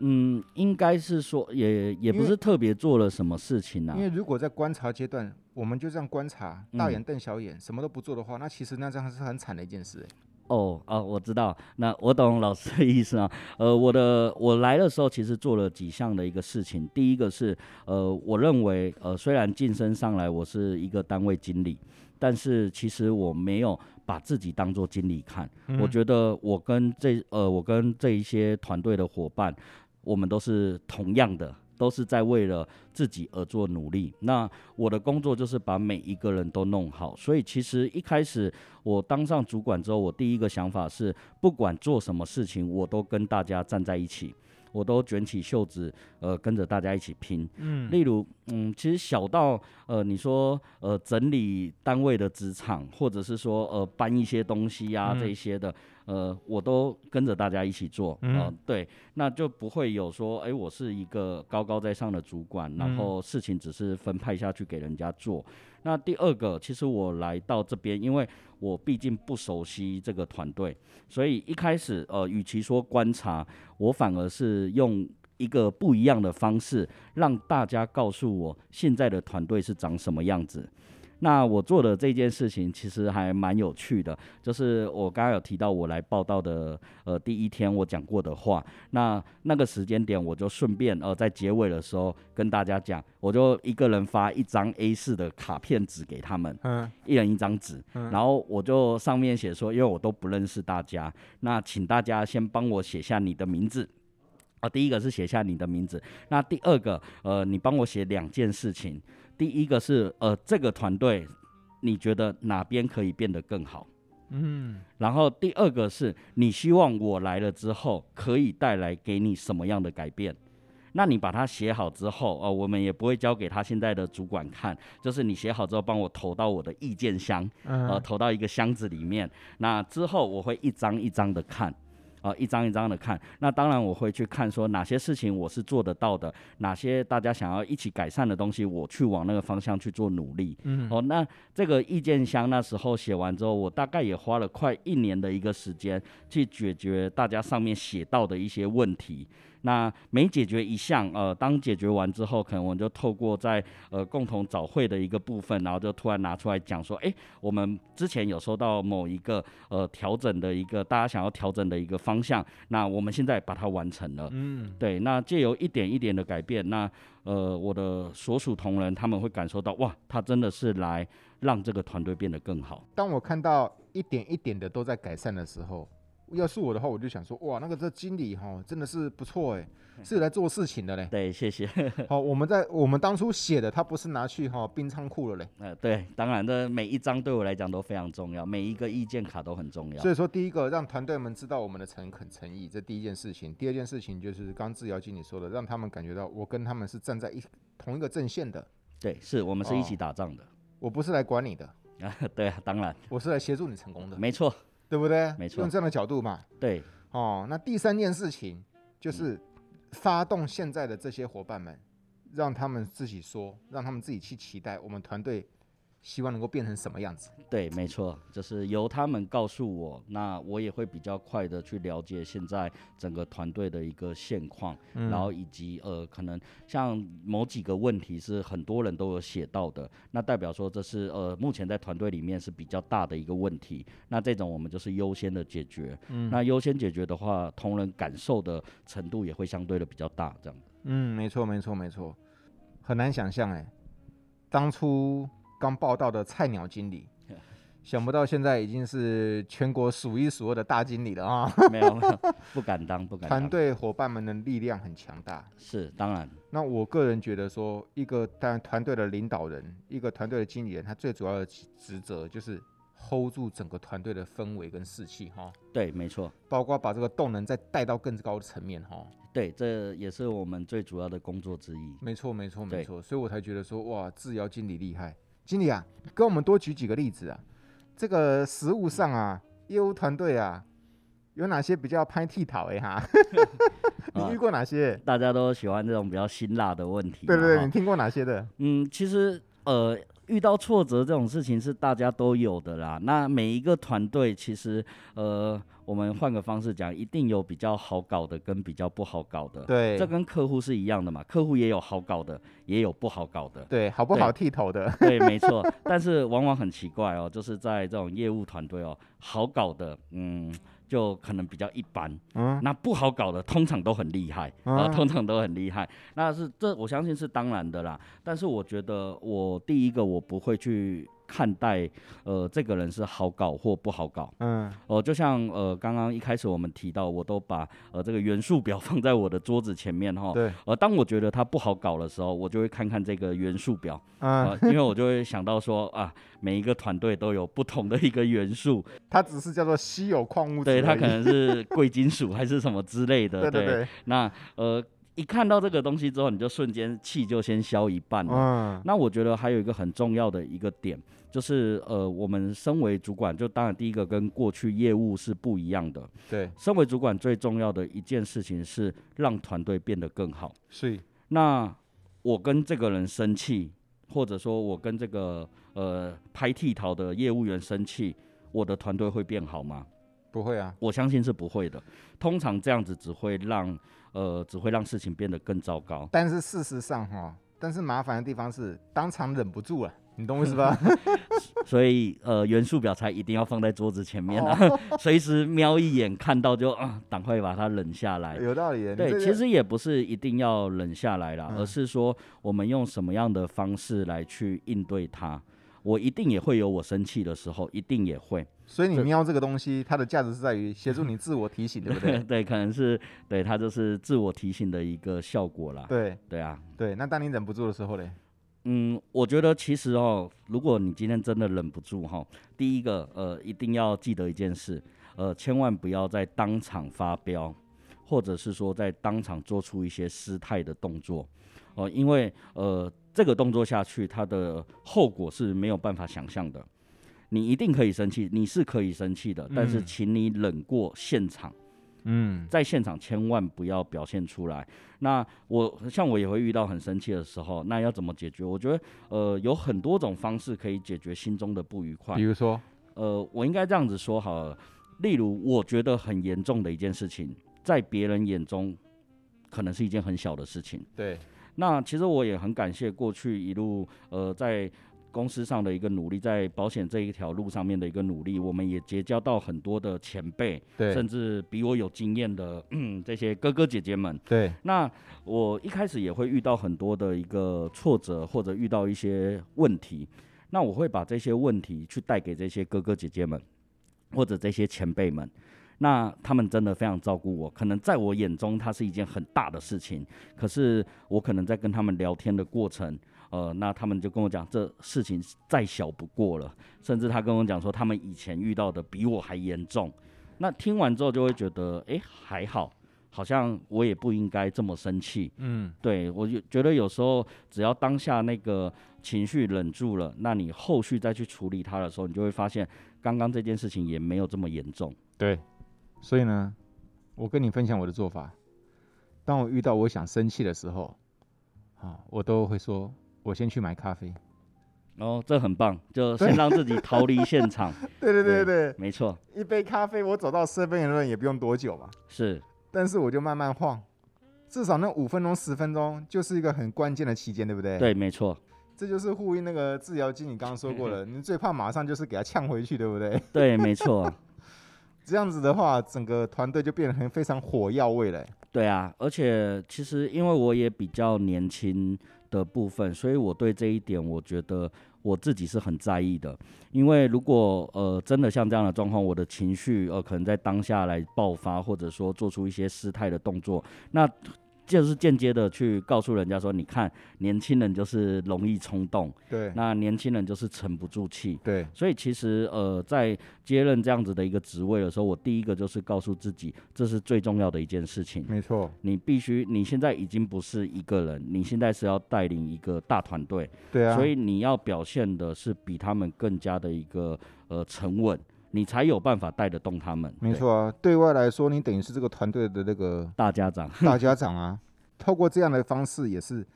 Speaker 2: 嗯，应该是说也也
Speaker 1: 因
Speaker 2: 不
Speaker 1: 为
Speaker 2: 是特别做了什么事情啊
Speaker 1: 因，为如果在观察阶段，我们就这样观察，
Speaker 2: 嗯
Speaker 1: 大眼瞪小眼，什么都不做的话，那其实那这样是很惨的一件事。哎
Speaker 2: 哦哦，我知道，那我懂老师的意思啊。呃，我的我来的时候其实做了几项的一个事情，第一个是呃，我认为呃，虽然晋升上来我是一个单位经理，但是其实我没有把自己当做经理看。我觉得我跟这呃，我跟这一些团队的伙伴，我们都是同样的，都是在为了自己而做努力。那我的工作就是把每一个人都弄好，所以其实一开始我当上主管之后，我第一个想法是，不管做什么事情，我都跟大家站在一起。我都卷起袖子，呃，跟着大家一起拼。
Speaker 1: 嗯
Speaker 2: 例如，嗯，其实小到呃，你说呃，整理单位的职场，或者是说呃，搬一些东西啊、
Speaker 1: 嗯
Speaker 2: 这一些的，呃，我都跟着大家一起做。
Speaker 1: 嗯
Speaker 2: 呃对，那就不会有说，哎、我是一个高高在上的主管，
Speaker 1: 嗯
Speaker 2: 然后事情只是分派下去给人家做。那第二个，其实我来到这边，因为我毕竟不熟悉这个团队，所以一开始，呃，与其说观察，我反而是用一个不一样的方式，让大家告诉我现在的团队是长什么样子。那我做的这件事情其实还蛮有趣的，就是我刚刚有提到我来报道的，呃，第一天我讲过的话，那那个时间点我就顺便呃在结尾的时候跟大家讲，我就一个人发一张 A 4的卡片纸给他们，
Speaker 1: 嗯
Speaker 2: 一人一张纸，然后我就上面写说，因为我都不认识大家，那请大家先帮我写下你的名字。啊，第一个是写下你的名字，那第二个，呃，你帮我写两件事情。第一个是，呃，这个团队你觉得哪边可以变得更好？
Speaker 1: 嗯
Speaker 2: 然后第二个是你希望我来了之后可以带来给你什么样的改变？那你把它写好之后，哦，我们也不会交给他现在的主管看，就是你写好之后帮我投到我的意见箱，呃，
Speaker 1: 嗯
Speaker 2: 投到一个箱子里面。那之后我会一张一张的看，呃，一张一张的看。那当然我会去看说哪些事情我是做得到的，哪些大家想要一起改善的东西，我去往那个方向去做努力。
Speaker 1: 嗯，
Speaker 2: 哦，那这个意见箱那时候写完之后，我大概也花了快一年的一个时间去解决大家上面写到的一些问题。那每解决一项，呃，当解决完之后，可能我就透过在呃共同早会的一个部分，然后就突然拿出来讲说，诶，我们之前有收到某一个呃调整的一个大家想要调整的一个方向，那我们现在把它完成了。
Speaker 1: 嗯
Speaker 2: 对，那借由一点一点的改变，那呃，我的所属同仁他们会感受到，哇，他真的是来让这个团队变得更好。
Speaker 1: 当我看到一点一点的都在改善的时候，要是我的话，我就想说，哇，那个这经理哈、真的是不错哎，是有来做事情的嘞。
Speaker 2: 嗯对，谢谢。
Speaker 1: 好，我们在我们当初写的，他不是拿去哈、冰仓库了嘞。
Speaker 2: <laughs> 呃，对，当然，这每一张对我来讲都非常重要，每一个意见卡都很重要
Speaker 1: 所。以说，第一个让团队们知道我们的诚恳诚意，这第一件事情。第二件事情就是刚志尧经理说的，让他们感觉到我跟他们是站在一同一个阵线的，
Speaker 2: 对，是我们是一起
Speaker 1: 哦
Speaker 2: 打仗的。
Speaker 1: 我不是来管你的，
Speaker 2: 啊， <laughs> 对啊，当然，
Speaker 1: 我是来协助你成功的，
Speaker 2: 没错，
Speaker 1: 对不对？
Speaker 2: 没错
Speaker 1: 用这样的角度嘛。
Speaker 2: 对，
Speaker 1: 哦，那第三件事情就是发动现在的这些伙伴们，让他们自己说，让他们自己去期待我们团队希望能够变成什么样子。
Speaker 2: 对，没错，就是由他们告诉我，那我也会比较快的去了解现在整个团队的一个现况，
Speaker 1: 嗯
Speaker 2: 然后以及呃，可能像某几个问题是很多人都有写到的，那代表说这是呃目前在团队里面是比较大的一个问题，那这种我们就是优先的解决，
Speaker 1: 嗯
Speaker 2: 那优先解决的话，同仁感受的程度也会相对的比较大，
Speaker 1: <laughs>
Speaker 2: 这样，
Speaker 1: 嗯，没错，没错，没错，很难想象哎，当初刚报道的菜鸟经理。想不到现在已经是全国数一数二的大经理了啊！
Speaker 2: 没有，没有不敢当，不敢
Speaker 1: <laughs>
Speaker 2: 当，
Speaker 1: 团队伙伴们的力量很强大，
Speaker 2: 是当然，
Speaker 1: 那我个人觉得说，一个当然团队的领导人，一个团队的经理人，他最主要的职职责就是 hold 住整个团队的氛围跟士气哈，
Speaker 2: 对，没错，
Speaker 1: 包括把这个动能再带到更高的层面哈。
Speaker 2: 对，这也是我们最主要的工作之一。
Speaker 1: 没错，没错，没
Speaker 2: 对
Speaker 1: 错，所以我才觉得说，哇，制药经理厉害。经理啊，跟我们多举几个例子啊。这个实务上啊，业务团队啊，有哪些比较拍剃讨的哈？ <laughs>
Speaker 2: 啊
Speaker 1: 你遇过哪些？
Speaker 2: 大家都喜欢这种比较辛辣的问题嘛，
Speaker 1: 对对
Speaker 2: 哈
Speaker 1: 对，你听过哪些的？
Speaker 2: 嗯，其实呃，遇到挫折这种事情是大家都有的啦。那每一个团队其实呃，我们换个方式讲，一定有比较好搞的跟比较不好搞的。
Speaker 1: 对
Speaker 2: 这，跟客户是一样的嘛，客户也有好搞的，也有不好搞的。
Speaker 1: 对，好不
Speaker 2: 对
Speaker 1: 好剃头的？
Speaker 2: 对，没错。但是往往很奇怪哦，就是在这种业务团队哦，好搞的，嗯，就可能比较一般。
Speaker 1: 嗯，
Speaker 2: 那不好搞的，通常都很厉害啊、
Speaker 1: 啊
Speaker 2: 通常都很厉害。那是这我相信是当然的啦。但是我觉得我第一个我不会去看待呃这个人是好搞或不好搞
Speaker 1: 嗯，
Speaker 2: 哦、就像呃刚刚一开始我们提到，我都把呃这个元素表 <laughs> 放在我的桌子前面哈。
Speaker 1: 对，
Speaker 2: 呃，当我觉得它不好搞的时候，我就会看看这个元素表啊、
Speaker 1: 嗯，
Speaker 2: 因为我就会想到说啊，每一个团队都有不同的一个元
Speaker 1: <laughs>
Speaker 2: 素，
Speaker 1: 它只是叫做稀有矿物质而已，
Speaker 2: 对，它可能是贵金属还是什么之类的，
Speaker 1: <laughs> 对对对，
Speaker 2: 那呃，一看到这个东西之后，你就瞬间气就先消一半了。
Speaker 1: 嗯，
Speaker 2: 那我觉得还有一个很重要的一个点，就是呃，我们身为主管，就当然第一个跟过去业务是不一样的。
Speaker 1: 对，
Speaker 2: 身为主管最重要的一件事情是让团队变得更好。
Speaker 1: 是，
Speaker 2: 那我跟这个人生气，或者说我跟这个呃拍剃头的业务员生气，我的团队会变好吗？
Speaker 1: 不会啊，
Speaker 2: 我相信是不会的。通常这样子只会让呃，只会让事情变得更糟糕。
Speaker 1: 但是事实上哈，但是麻烦的地方是当场忍不住了，你懂我意思
Speaker 2: <laughs>
Speaker 1: 吧？
Speaker 2: 所以呃，元素表才一定要放在桌子前面啊， <laughs> 随时瞄一眼看到就啊，赶快把它冷下来。
Speaker 1: 有道理耶。你这
Speaker 2: 哎对，
Speaker 1: 个
Speaker 2: 其实也不是一定要冷下来啦，
Speaker 1: 嗯
Speaker 2: 而是说我们用什么样的方式来去应对它。我一定也会有我生气的时候，一定也会。
Speaker 1: 所以你
Speaker 2: 这
Speaker 1: 瞄这个东西，它的价值是在于协助你自我提醒，对不 <laughs> 对？
Speaker 2: <laughs> 对，可能是对它就是自我提醒的一个效果啦。
Speaker 1: 对
Speaker 2: 对啊，
Speaker 1: 对，那当你忍不住的时候嘞，
Speaker 2: 嗯，我觉得其实哦，如果你今天真的忍不住哈、第一个呃，一定要记得一件事，呃，千万不要在当场发飙，或者是说在当场做出一些失态的动作，哦、因为呃，这个动作下去，它的后果是没有办法想象的。你一定可以生气，你是可以生气的，但是
Speaker 1: 嗯
Speaker 2: 请你忍过现场。
Speaker 1: 嗯，
Speaker 2: 在现场千万不要表现出来。那我像我也会遇到很生气的时候，那要怎么解决？我觉得呃有很多种方式可以解决心中的不愉快
Speaker 1: 比。如说，
Speaker 2: 呃，我应该这样子说好了，例如我觉得很严重的一件事情，在别人眼中可能是一件很小的事情。
Speaker 1: 对，
Speaker 2: 那其实我也很感谢过去一路呃在公司上的一个努力，在保险这一条路上面的一个努力，我们也结交到很多的前辈，
Speaker 1: 对
Speaker 2: 甚，至比我有经验的、嗯、这些哥哥姐姐们。
Speaker 1: 对，
Speaker 2: 那我一开始也会遇到很多的一个挫折，或者遇到一些问题，那我会把这些问题去带给这些哥哥姐姐们，或者这些前辈们。那他们真的非常照顾我，可能在我眼中，它是一件很大的事情。可是我可能在跟他们聊天的过程，呃，那他们就跟我讲，这事情再小不过了。甚至他跟我讲说，他们以前遇到的比我还严重。那听完之后就会觉得，诶，还好，好像我也不应该这么生气。
Speaker 1: 嗯，
Speaker 2: 对我就觉得有时候只要当下那个情绪忍住了，那你后续再去处理它的时候，你就会发现刚刚这件事情也没有这么严重。
Speaker 1: 对。所以呢，我跟你分享我的做法。当我遇到我想生气的时候，啊，我都会说，我先去买咖啡。
Speaker 2: 哦，这很棒，就先让自己逃离现场。
Speaker 1: 对对
Speaker 2: 对
Speaker 1: 对，
Speaker 2: 没错，
Speaker 1: 一杯咖啡，我走到 Seven Eleven 也不用多久嘛，
Speaker 2: 是
Speaker 1: 但是我就慢慢晃，至少那五分钟、十分钟就是一个很关键的期间，对不对？
Speaker 2: 对，没错，
Speaker 1: 这就是呼应那个治疗经，你刚刚说过
Speaker 2: 嗯
Speaker 1: 了，你最怕马上就是给他呛回去，对不对？ <laughs>
Speaker 2: 对，没错。
Speaker 1: 这样子的话，整个团队就变得很非常火药味了。
Speaker 2: 对啊，而且其实因为我也比较年轻的部分，所以我对这一点我觉得我自己是很在意的。因为如果呃真的像这样的状况，我的情绪呃可能在当下来爆发，或者说做出一些失态的动作，那就是间接的去告诉人家说，你看年轻人就是容易冲动，
Speaker 1: 对
Speaker 2: 那年轻人就是沉不住气。
Speaker 1: 对，
Speaker 2: 所以其实呃，在接任这样子的一个职位的时候，我第一个就是告诉自己，这是最重要的一件事情。
Speaker 1: 没错，
Speaker 2: 你必须，你现在已经不是一个人，你现在是要带领一个大团队，
Speaker 1: 对啊，
Speaker 2: 所以你要表现的是比他们更加的一个呃沉稳，你才有办法带得动他们。
Speaker 1: 没
Speaker 2: 对，
Speaker 1: 错啊，对外来说，你等于是这个团队的那
Speaker 2: <laughs>
Speaker 1: 个
Speaker 2: 大家长，
Speaker 1: 大家长啊，透过这样的方式也是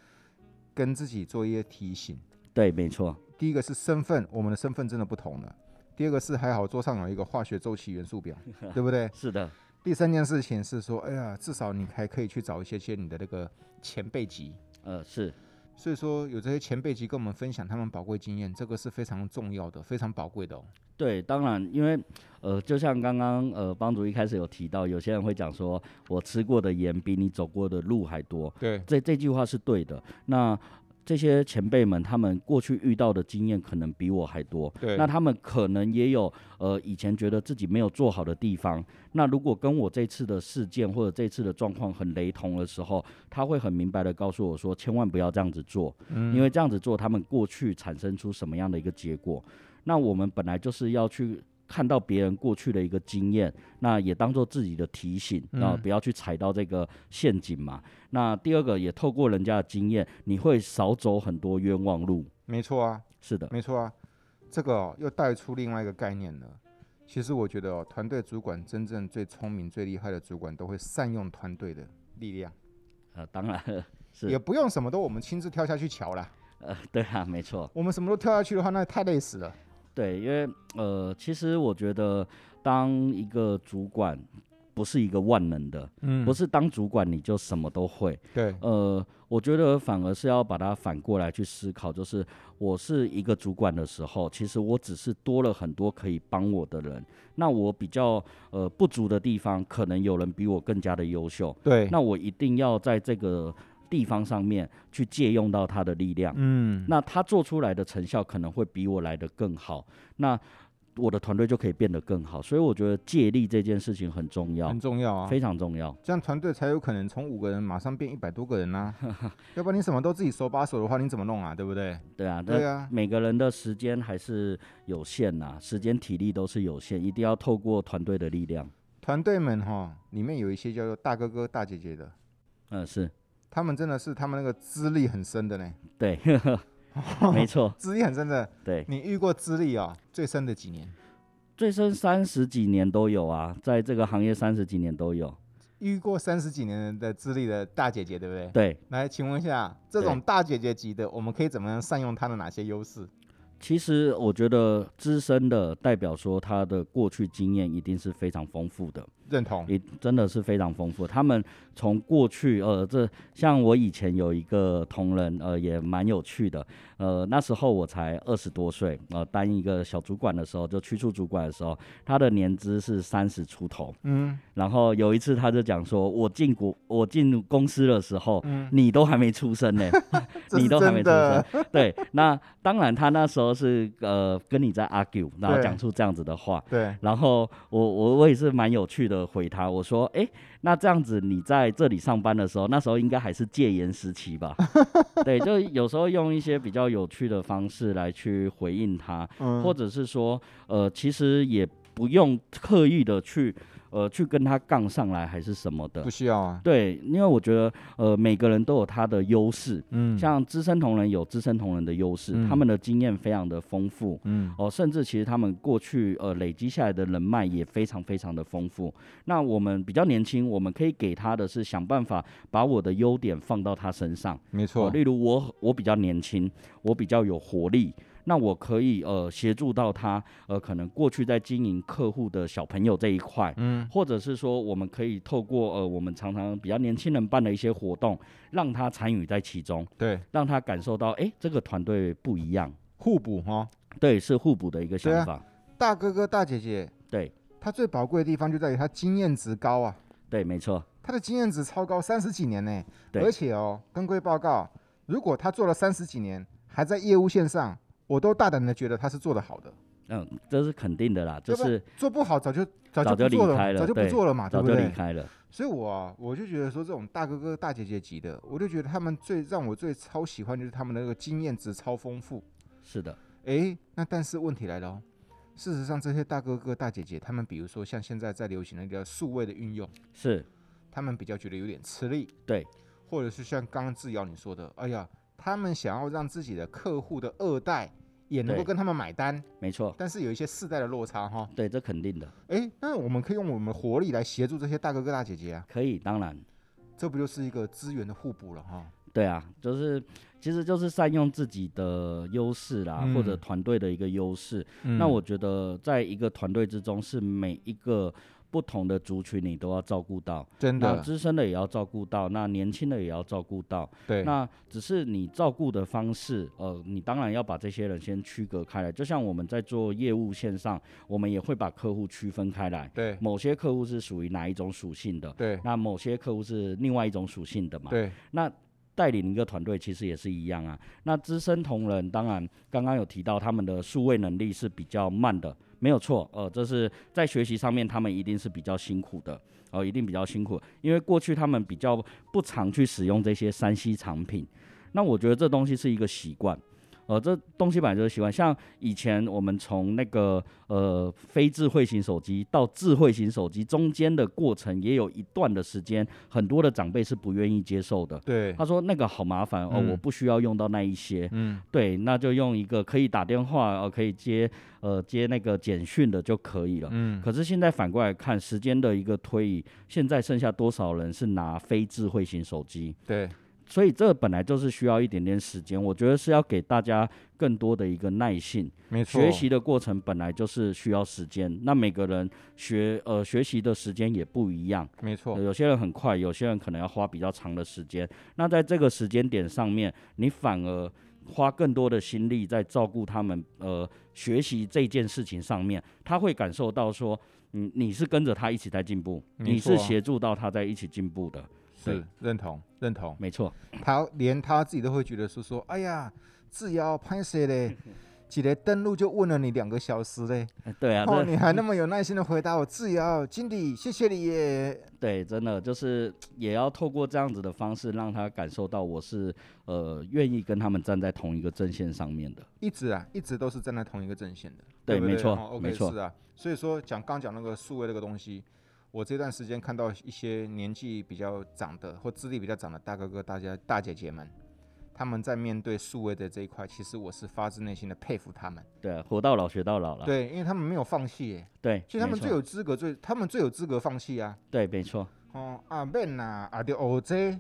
Speaker 1: 跟自己做一些提醒。
Speaker 2: 对，没错，
Speaker 1: 第一个是身份，我们的身份真的不同了。第二个是还好桌上有一个化学周期元素
Speaker 2: <laughs>
Speaker 1: 表，对不对？
Speaker 2: 是的，
Speaker 1: 第三件事情是说，哎呀，至少你还可以去找一些些你的那个前辈级，
Speaker 2: 呃，是
Speaker 1: 所以说有这些前辈级跟我们分享他们宝贵经验，这个是非常重要的，非常宝贵的哦。
Speaker 2: 对，当然，因为呃，就像刚刚呃帮主一开始有提到，有些人会讲说，我吃过的盐比你走过的路还多，
Speaker 1: 对，
Speaker 2: 这这句话是对的。那这些前辈们，他们过去遇到的经验可能比我还多，
Speaker 1: 对
Speaker 2: 那他们可能也有呃以前觉得自己没有做好的地方。那如果跟我这次的事件或者这次的状况很雷同的时候，他会很明白的告诉我说，千万不要这样子做，因为这样子做，他们过去产生出什么样的一个结果。那我们本来就是要去。看到别人过去的一个经验，那也当做自己的提醒，那不要去踩到这个陷阱嘛。那第二个也透过人家的经验，你会少走很多冤枉路。
Speaker 1: 没错啊，
Speaker 2: 是的，
Speaker 1: 没错啊，这个、哦、又带出另外一个概念了。其实我觉得哦，团队主管真正最聪明、最厉害的主管，都会善用团队的力量，
Speaker 2: 呃，当然是
Speaker 1: 也不用什么都我们亲自跳下去瞧啦。
Speaker 2: 呃，对啊，没错，
Speaker 1: 我们什么都跳下去的话，那太累死了。
Speaker 2: 对，因为呃，其实我觉得当一个主管不是一个万能的，
Speaker 1: 嗯
Speaker 2: 不是当主管你就什么都会。
Speaker 1: 对，
Speaker 2: 呃，我觉得反而是要把它反过来去思考，就是我是一个主管的时候，其实我只是多了很多可以帮我的人。那我比较呃不足的地方，可能有人比我更加的优秀，
Speaker 1: 对，
Speaker 2: 那我一定要在这个地方上面去借用到他的力量。
Speaker 1: 嗯，
Speaker 2: 那他做出来的成效可能会比我来的更好，那我的团队就可以变得更好。所以我觉得借力这件事情很重要
Speaker 1: 很，重要啊。
Speaker 2: 非常重要。
Speaker 1: 这样团队才有可能从五个人马上变一百多个人
Speaker 2: <laughs>
Speaker 1: 呐、要不然你什么都自己手把手的话，你怎么弄啊？对不对？
Speaker 2: 对啊，
Speaker 1: 对
Speaker 2: 但
Speaker 1: 啊，
Speaker 2: 每个人的时间还是有限呐、时间体力都是有限，一定要透过团队的力量。
Speaker 1: 团队们哈、里面有一些叫做大哥哥、大姐姐的，
Speaker 2: 嗯，是
Speaker 1: 他们真的是他们那个资历很深的呢，
Speaker 2: 对，没错，
Speaker 1: 资历很深的。
Speaker 2: 对，
Speaker 1: 你遇过资历啊、最深的几年？
Speaker 2: 最深三十几年都有啊，在这个行业三十几年都有。
Speaker 1: 遇过三十几年的资历的大姐姐，对不对？
Speaker 2: 对，
Speaker 1: 来，请问一下，这种大姐姐级的，我们可以怎么样善用她的哪些优势？
Speaker 2: 其实我觉得资深的代表说他的过去经验一定是非常丰富的，
Speaker 1: 认同，
Speaker 2: 也真的是非常丰富。他们从过去呃，这像我以前有一个同仁呃，也蛮有趣的。呃，那时候我才二十多岁，呃，当一个小主管的时候，就区处主管的时候，他的年资是三十出头。
Speaker 1: 嗯，
Speaker 2: 然后有一次他就讲说，我进国我进公司的时候，你都还没出生呢、
Speaker 1: 嗯 <laughs> 这
Speaker 2: 你
Speaker 1: 是
Speaker 2: 都还没
Speaker 1: 真
Speaker 2: 出
Speaker 1: 的，
Speaker 2: 生。对，那当然他那时候是呃跟你在 argue，然后
Speaker 1: 对
Speaker 2: 讲出这样子的话。
Speaker 1: 对，
Speaker 2: 然后我我我也是蛮有趣的回他，我说，哎，那这样子你在这里上班的时候，那时候应该还是戒严时期吧？ <laughs> 对，就有时候用一些比较有趣的方式来去回应他，
Speaker 1: 嗯，
Speaker 2: 或者是说，呃，其实也不用刻意的去呃去跟他杠上来还是什么的
Speaker 1: 不。需要啊，
Speaker 2: 对，因为我觉得，呃，每个人都有他的优势，
Speaker 1: 嗯，
Speaker 2: 像资深同仁有资深同仁的优势，
Speaker 1: 嗯
Speaker 2: 他们的经验非常的丰富。
Speaker 1: 嗯，
Speaker 2: 哦，甚至其实他们过去呃累积下来的人脉也非常非常的丰富。那我们比较年轻，我们可以给他的是想办法把我的优点放到他身上。
Speaker 1: 没
Speaker 2: 哦，
Speaker 1: 错，
Speaker 2: 例如我我比较年轻，我比较有活力，那我可以呃协助到他呃可能过去在经营客户的小朋友这一块，
Speaker 1: 嗯，
Speaker 2: 或者是说我们可以透过呃我们常常比较年轻人办的一些活动，让他参与在其中，
Speaker 1: 对，
Speaker 2: 让他感受到哎这个团队不一样，
Speaker 1: 互补哈、哦。
Speaker 2: 对，是互补的一个
Speaker 1: 对啊
Speaker 2: 想法，
Speaker 1: 大哥哥、大姐姐，
Speaker 2: 对
Speaker 1: 他最宝贵的地方就在于他经验值高啊，
Speaker 2: 对，没错，
Speaker 1: 他的经验值超高，三十几年呢。
Speaker 2: 对
Speaker 1: 而且哦，跟各位报告，如果他做了三十几年，还在业务线上，我都大胆的觉得他是做得好的，
Speaker 2: 嗯，这是肯定的啦，就
Speaker 1: 要不然
Speaker 2: 是
Speaker 1: 做不好早就早
Speaker 2: 早
Speaker 1: 就不
Speaker 2: 离
Speaker 1: 做了
Speaker 2: 开
Speaker 1: 嘛，早就不
Speaker 2: 对
Speaker 1: 做了嘛，啊对
Speaker 2: 早
Speaker 1: 不
Speaker 2: 就离
Speaker 1: 对？
Speaker 2: 开了。
Speaker 1: 所以我啊，我就觉得说这种大哥哥大姐姐级的，我就觉得他们最让我最超喜欢就是他们的那个经验值超丰富。
Speaker 2: 是的，
Speaker 1: 诶，那但是问题来了哦，事实上这些大哥哥大姐姐，他们比如说像现在在流行的叫数位的运用，
Speaker 2: 是
Speaker 1: 他们比较觉得有点吃力，
Speaker 2: 对，
Speaker 1: 或者是像刚刚志尧你说的，哎呀，他们想要让自己的客户的二代也能够
Speaker 2: 对
Speaker 1: 跟他们买单，
Speaker 2: 没错，
Speaker 1: 但是有一些世代的落差哈。
Speaker 2: 对，这肯定的，
Speaker 1: 诶，那我们可以用我们的活力来协助这些大哥哥大姐姐啊，
Speaker 2: 可以，当然。
Speaker 1: 这不就是一个资源的互补了哈？
Speaker 2: 对啊，就是，其实就是善用自己的优势啦，或者
Speaker 1: 嗯
Speaker 2: 团队的一个优势。
Speaker 1: 嗯
Speaker 2: 那我觉得，在一个团队之中，是每一个不同的族群你都要照顾到，
Speaker 1: 真
Speaker 2: 那
Speaker 1: 的
Speaker 2: 资深的也要照顾到，那年轻的也要照顾到。
Speaker 1: 对，
Speaker 2: 那只是你照顾的方式，呃，你当然要把这些人先区隔开来。就像我们在做业务线上，我们也会把客户区分开来，
Speaker 1: 对
Speaker 2: 某些客户是属于哪一种属性的，
Speaker 1: 对
Speaker 2: 那某些客户是另外一种属性的嘛。
Speaker 1: 对，
Speaker 2: 那带领一个团队其实也是一样啊。那资深同仁，当然刚刚有提到他们的数位能力是比较慢的，没有错。呃，这是在学习上面他们一定是比较辛苦的，呃，一定比较辛苦，因为过去他们比较不常去使用这些三 C 产品。那我觉得这东西是一个习惯。呃，这东西本来就是习惯。像以前我们从那个呃非智慧型手机到智慧型手机中间的过程，也有一段的时间，很多的长辈是不愿意接受的。
Speaker 1: 对，
Speaker 2: 他说那个好麻烦哦，
Speaker 1: 嗯
Speaker 2: 我不需要用到那一些。
Speaker 1: 嗯，
Speaker 2: 对，那就用一个可以打电话，呃，可以接呃接那个简讯的就可以了。
Speaker 1: 嗯
Speaker 2: 可是现在反过来看，时间的一个推移，现在剩下多少人是拿非智慧型手机？
Speaker 1: 对，
Speaker 2: 所以这本来就是需要一点点时间，我觉得是要给大家更多的一个耐性。
Speaker 1: 没错，
Speaker 2: 学习的过程本来就是需要时间，那每个人学呃学习的时间也不一样。
Speaker 1: 没错，
Speaker 2: 有些人很快，有些人可能要花比较长的时间。那在这个时间点上面，你反而花更多的心力在照顾他们，呃，学习这件事情上面，他会感受到说，你你是跟着他一起在进步，
Speaker 1: 没
Speaker 2: 你
Speaker 1: 错啊
Speaker 2: 是协助到他在一起进步的，对
Speaker 1: 是认同认同。
Speaker 2: 没错，
Speaker 1: 他连他自己都会觉得说说，哎呀，志尧拍谁
Speaker 2: <laughs>
Speaker 1: 嘞？几来登录就问了你两个小时嘞，
Speaker 2: 呃对啊，
Speaker 1: 哦，
Speaker 2: 这
Speaker 1: 你还那么有耐心的回答我，志尧经理，谢谢你耶。
Speaker 2: 对，真的就是也要透过这样子的方式，让他感受到我是呃愿意跟他们站在同一个阵线上面的，
Speaker 1: 一直啊，一直都是站在同一个阵线的，
Speaker 2: 对
Speaker 1: 不
Speaker 2: 没错
Speaker 1: 哦，OK，
Speaker 2: 没错
Speaker 1: 是啊。所以说讲刚讲那个数位这个东西，我这段时间看到一些年纪比较长的或资历比较长的大哥哥、大家大姐姐们，他们在面对数位的这一块，其实我是发自内心的佩服他们，
Speaker 2: 对、啊，活到老学到老了，
Speaker 1: 对，因为他们没有放弃耶、
Speaker 2: 对，
Speaker 1: 所以他
Speaker 2: 没
Speaker 1: 们
Speaker 2: 错
Speaker 1: 最有资格最，他们最有资格放弃啊！
Speaker 2: 对，没错，
Speaker 1: 哦，啊免啦，啊就学这，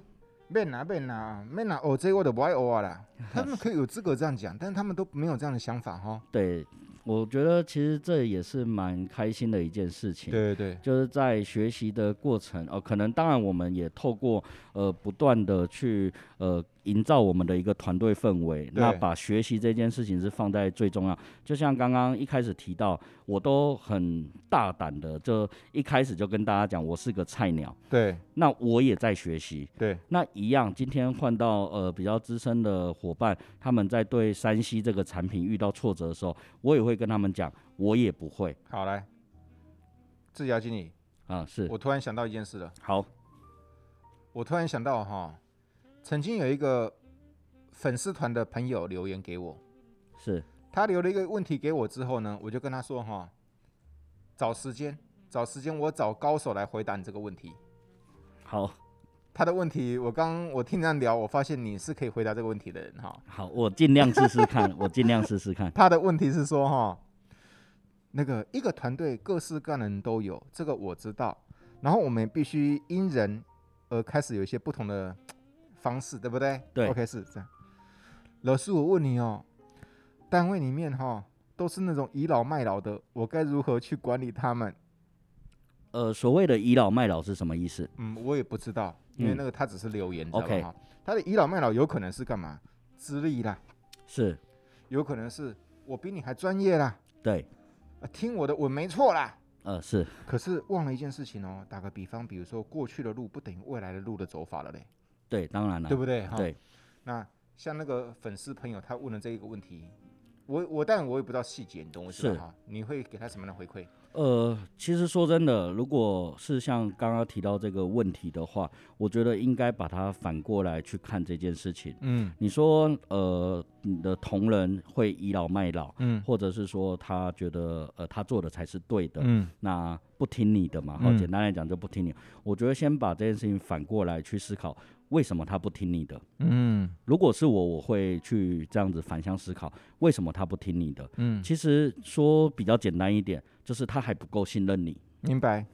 Speaker 1: 免啦免啦，免啦学这我就不爱学啊啦。他们可以有资格这样讲，但是他们都没有这样的想法哈。
Speaker 2: 对，我觉得其实这也是蛮开心的一件事情。
Speaker 1: 对对
Speaker 2: 就是在学习的过程，哦，可能当然我们也透过呃不断的去呃营造我们的一个团队氛围，那
Speaker 1: 对
Speaker 2: 把学习这件事情是放在最重要。就像刚刚一开始提到，我都很大胆的，就一开始就跟大家讲，我是个菜鸟，
Speaker 1: 对
Speaker 2: 那我也在学习，
Speaker 1: 对
Speaker 2: 那一样，今天换到呃比较资深的伙伴，他们在对山西这个产品遇到挫折的时候，我也会跟他们讲，我也不会
Speaker 1: 好来，志尧经理，
Speaker 2: 啊、是
Speaker 1: 我突然想到一件事了，
Speaker 2: 好，
Speaker 1: 我突然想到哈，曾经有一个粉丝团的朋友留言给我，
Speaker 2: 是
Speaker 1: 他留了一个问题给我之后呢，我就跟他说哈，找时间，找时间，我找高手来回答你这个问题。
Speaker 2: 好
Speaker 1: 他的问题，我刚我听这样聊，我发现你是可以回答这个问题的人哈。
Speaker 2: 好，我尽量试试看， <laughs> 我尽量试试看，
Speaker 1: 他的问题是说哈，那个一个团队各式各样的人都有，这个我知道。然后我们必须因人而开始有一些不同的方式，对不对？
Speaker 2: 对
Speaker 1: ，OK 是这样。老师，我问你哦，单位里面哈、都是那种倚老卖老的，我该如何去管理他们？
Speaker 2: 呃，所谓的倚老卖老是什么意思？
Speaker 1: 嗯，我也不知道，因为
Speaker 2: 嗯
Speaker 1: 那个他只是留言，你知道
Speaker 2: OK
Speaker 1: 吗？他的倚老卖老有可能是干嘛？资历啦，
Speaker 2: 是
Speaker 1: 有可能是我比你还专业啦，
Speaker 2: 对，
Speaker 1: 啊听我的我没错啦。
Speaker 2: 呃，是
Speaker 1: 可是忘了一件事情哦，打个比方，比如说过去的路不等于未来的路的走法了嘞，
Speaker 2: 对，当然了
Speaker 1: 对，不对？哈
Speaker 2: 对，
Speaker 1: 那像那个粉丝朋友他问的这一个问题，我我当然我也不知道细节，你懂我意思吧
Speaker 2: 是
Speaker 1: 哈？你会给他什么样的回馈？
Speaker 2: 呃，其实说真的，如果是像刚刚提到这个问题的话，我觉得应该把它反过来去看这件事情。
Speaker 1: 嗯
Speaker 2: 你说，呃，你的同仁会倚老卖老，
Speaker 1: 嗯
Speaker 2: 或者是说他觉得呃他做的才是对的，
Speaker 1: 嗯
Speaker 2: 那不听你的嘛，哈、
Speaker 1: 嗯
Speaker 2: 简单来讲就不听你。我觉得先把这件事情反过来去思考，为什么他不听你的？
Speaker 1: 嗯
Speaker 2: 如果是我，我会去这样子反向思考，为什么他不听你的？
Speaker 1: 嗯，
Speaker 2: 其实说比较简单一点，就是他还不够信任你。
Speaker 1: 明白，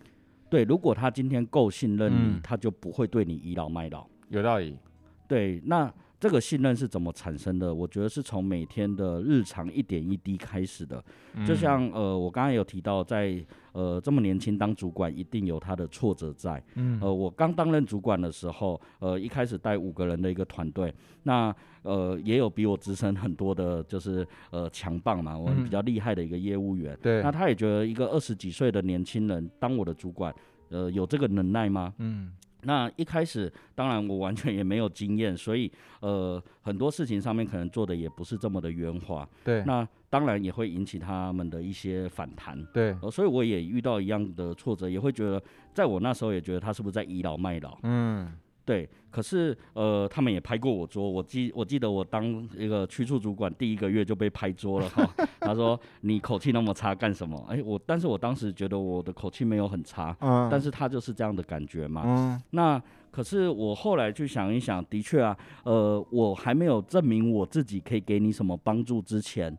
Speaker 2: 对，如果他今天够信任你，
Speaker 1: 嗯
Speaker 2: 他就不会对你倚老卖老。
Speaker 1: 有道理。
Speaker 2: 对，那这个信任是怎么产生的？我觉得是从每天的日常一点一滴开始的。
Speaker 1: 嗯
Speaker 2: 就像呃，我刚刚有提到在，呃这么年轻当主管，一定有他的挫折在。
Speaker 1: 嗯
Speaker 2: 呃，我刚担任主管的时候，呃，一开始带五个人的一个团队，那呃也有比我资深很多的，就是呃强棒嘛，我
Speaker 1: 嗯
Speaker 2: 比较厉害的一个业务员。
Speaker 1: 对
Speaker 2: 那，他也觉得一个二十几岁的年轻人当我的主管，呃，有这个能耐吗？
Speaker 1: 嗯
Speaker 2: 那一开始，当然我完全也没有经验，所以呃，很多事情上面可能做的也不是这么的圆滑。
Speaker 1: 对
Speaker 2: 那当然也会引起他们的一些反弹。
Speaker 1: 对，
Speaker 2: 呃，所以我也遇到一样的挫折，也会觉得，在我那时候也觉得他是不是在倚老卖老？
Speaker 1: 嗯
Speaker 2: 对，可是呃，他们也拍过我桌，我记我记得我当一个区处主管第一个月就被拍桌了哈。 <laughs> 他说你口气那么差干什么？哎，我但是我当时觉得我的口气没有很差，
Speaker 1: 嗯，
Speaker 2: 但
Speaker 1: 是
Speaker 2: 是他就是这样的感觉嘛。
Speaker 1: 嗯
Speaker 2: 那可是我后来去想一想，的确啊，呃，我还没有证明我自己可以给你什么帮助之前，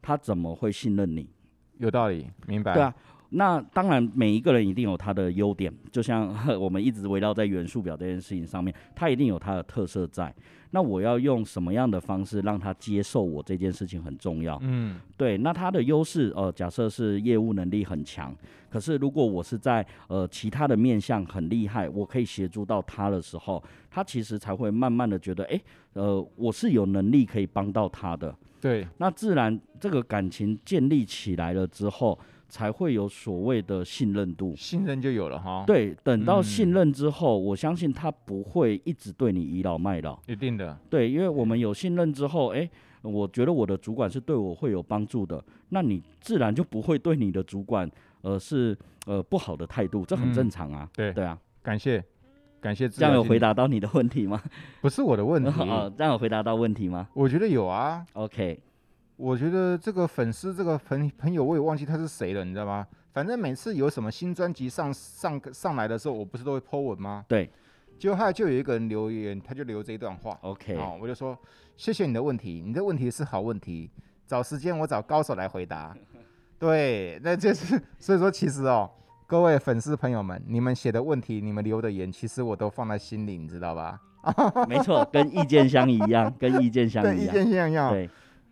Speaker 2: 他怎么会信任你？
Speaker 1: 有道理，明白。
Speaker 2: 对啊，那当然，每一个人一定有他的优点，就像 <laughs> 我们一直围绕在元素表这件事情上面，他一定有他的特色在。那我要用什么样的方式让他接受我这件事情很重要。
Speaker 1: 嗯
Speaker 2: 对，那他的优势，呃，假设是业务能力很强，可是如果我是在呃其他的面向很厉害，我可以协助到他的时候，他其实才会慢慢的觉得，诶，呃，我是有能力可以帮到他的，
Speaker 1: 对，
Speaker 2: 那自然这个感情建立起来了之后，才会有所谓的信任度。
Speaker 1: 信任就有了哈。，
Speaker 2: 对，等到信
Speaker 1: 哦嗯
Speaker 2: 任之后，我相信他不会一直对你倚老卖老。
Speaker 1: 一定的。
Speaker 2: 对，因为我们有信任之后，诶，我觉得我的主管是对我会有帮助的，那你自然就不会对你的主管，呃，是呃不好的态度，这
Speaker 1: 嗯
Speaker 2: 很正常啊。
Speaker 1: 对
Speaker 2: 对啊，
Speaker 1: 感谢，感谢。
Speaker 2: 这样有回，答到你的问题吗？ <laughs>
Speaker 1: 不是我的问题。
Speaker 2: 哦，这样有回答到问题吗
Speaker 1: 我觉得有啊，
Speaker 2: ？OK，
Speaker 1: 我觉得这个粉丝这个朋朋友，我也忘记他是谁了，你知道吗？反正每次有什么新专辑上上上来的时候，我不是都会 po 文吗？
Speaker 2: 对
Speaker 1: 结果后来就有一个人留言，他就留这一段话。
Speaker 2: ，OK，
Speaker 1: 哦，我就说谢谢你的问题，你的问题是好问题，找时间我找高手来回
Speaker 2: <laughs>
Speaker 1: 答。对，那就是所以说，其实哦，各位粉丝朋友们，你们写的问题，你们留的言，其实我都放在心里，你知道吧？
Speaker 2: 没错，跟意见相一样，跟意见
Speaker 1: <laughs>
Speaker 2: 相
Speaker 1: 对，
Speaker 2: 一
Speaker 1: 意
Speaker 2: 样。
Speaker 1: 见一样一样。
Speaker 2: 对，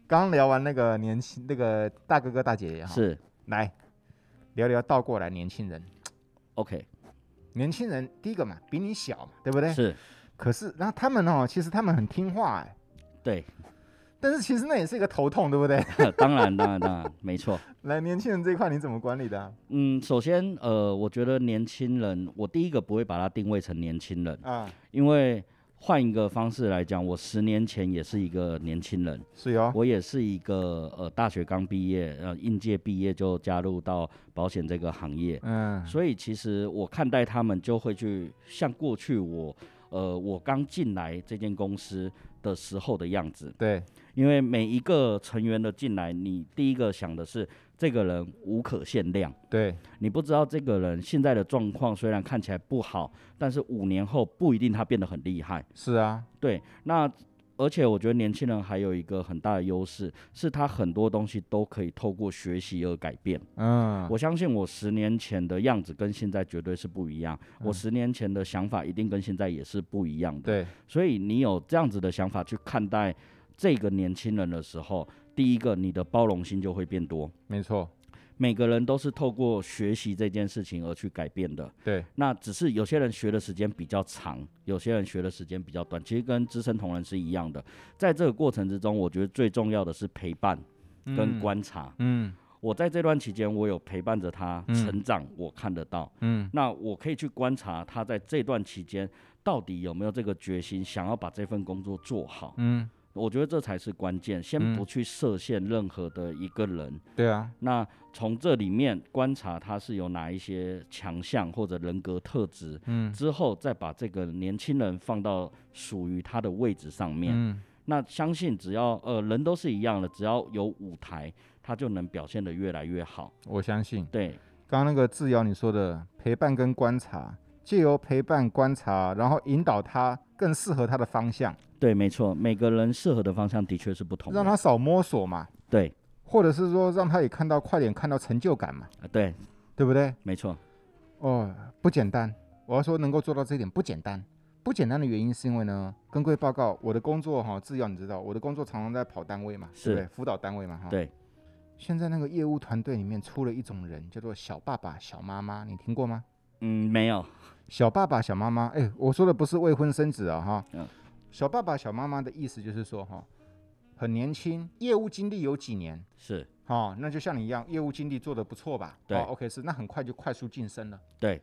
Speaker 1: 刚聊完那个年轻那个大哥哥大姐姐哈，
Speaker 2: 是
Speaker 1: 来聊聊倒过来年轻人。
Speaker 2: OK，
Speaker 1: 年轻人第一个嘛，比你小嘛，对不对？
Speaker 2: 是，
Speaker 1: 可是，然后他们哦，其实他们很听话哎，
Speaker 2: 对， <laughs>
Speaker 1: 但是其实那也是一个头痛，对不对？ <laughs>
Speaker 2: 当然，当然，当然，没错。
Speaker 1: 来，年轻人这一块你怎么管理的啊？
Speaker 2: 嗯，首先，呃，我觉得年轻人，我第一个不会把它定位成年轻人，
Speaker 1: 啊，
Speaker 2: 因为换一个方式来讲，我十年前也是一个年轻人，
Speaker 1: 是哦哟、
Speaker 2: 我也是一个呃大学刚毕业，呃应届毕业就加入到保险这个行业，
Speaker 1: 嗯，
Speaker 2: 所以其实我看待他们就会去像过去我呃我刚进来这间公司的时候的样子，
Speaker 1: 对，
Speaker 2: 因为每一个成员的进来，你第一个想的是这个人无可限量。
Speaker 1: 对，
Speaker 2: 你不知道这个人现在的状况虽然看起来不好，但是五年后不一定他变得很厉害。
Speaker 1: 是啊，
Speaker 2: 对，那而且我觉得年轻人还有一个很大的优势，是他很多东西都可以透过学习而改变。
Speaker 1: 嗯，
Speaker 2: 我相信我十年前的样子跟现在绝对是不一样，我十年前的想法一定跟现在也是不一样的。
Speaker 1: 对，
Speaker 2: 所以你有这样子的想法去看待这个年轻人的时候，第一个你的包容心就会变多。
Speaker 1: 没错，
Speaker 2: 每个人都是透过学习这件事情而去改变的。
Speaker 1: 对，
Speaker 2: 那只是有些人学的时间比较长，有些人学的时间比较短，其实跟资深同仁是一样的。在这个过程之中，我觉得最重要的是陪伴跟
Speaker 1: 嗯，
Speaker 2: 观察。
Speaker 1: 嗯
Speaker 2: 我在这段期间，我有陪伴着他
Speaker 1: 嗯
Speaker 2: 成长，我看得到。
Speaker 1: 嗯，
Speaker 2: 那我可以去观察他在这段期间到底有没有这个决心，想要把这份工作做好。
Speaker 1: 嗯，
Speaker 2: 我觉得这才是关键，先不去设限任何的一个人，
Speaker 1: 对啊，
Speaker 2: 那从这里面观察他是有哪一些强项或者人格特质，
Speaker 1: 嗯
Speaker 2: 之后再把这个年轻人放到属于他的位置上面。
Speaker 1: 嗯，
Speaker 2: 那相信只要呃人都是一样的，只要有舞台，他就能表现得越来越好。
Speaker 1: 我相信
Speaker 2: 对，
Speaker 1: 刚刚那个志尧你说的陪伴跟观察，借由陪伴观察，然后引导他更适合他的方向，
Speaker 2: 对，没错，每个人适合的方向的确是不同的。
Speaker 1: 让他少摸索嘛，
Speaker 2: 对，
Speaker 1: 或者是说让他也看到快点看到成就感嘛，
Speaker 2: 啊对，
Speaker 1: 对不对？
Speaker 2: 没错，
Speaker 1: 哦，不简单。我要说能够做到这一点不简单，不简单的原因是因为呢，跟各位报告，我的工作哈，制药你知道，我的工作常常在跑单位嘛，对不
Speaker 2: 是
Speaker 1: 对？辅导单位嘛哈。
Speaker 2: 对。
Speaker 1: 现在那个业务团队里面出了一种人，叫做小爸爸、小妈妈，你听过吗？
Speaker 2: 嗯，没有，
Speaker 1: 小爸爸、小妈妈，哎，我说的不是未婚生子啊哈。
Speaker 2: 嗯
Speaker 1: 小爸爸、小妈妈的意思就是说哈，很年轻，业务经历有几年，
Speaker 2: 是
Speaker 1: 哦，那就像你一样，业务经历做得不错吧？
Speaker 2: 对
Speaker 1: 哦、，OK 是，那很快就快速晋升了。
Speaker 2: 对，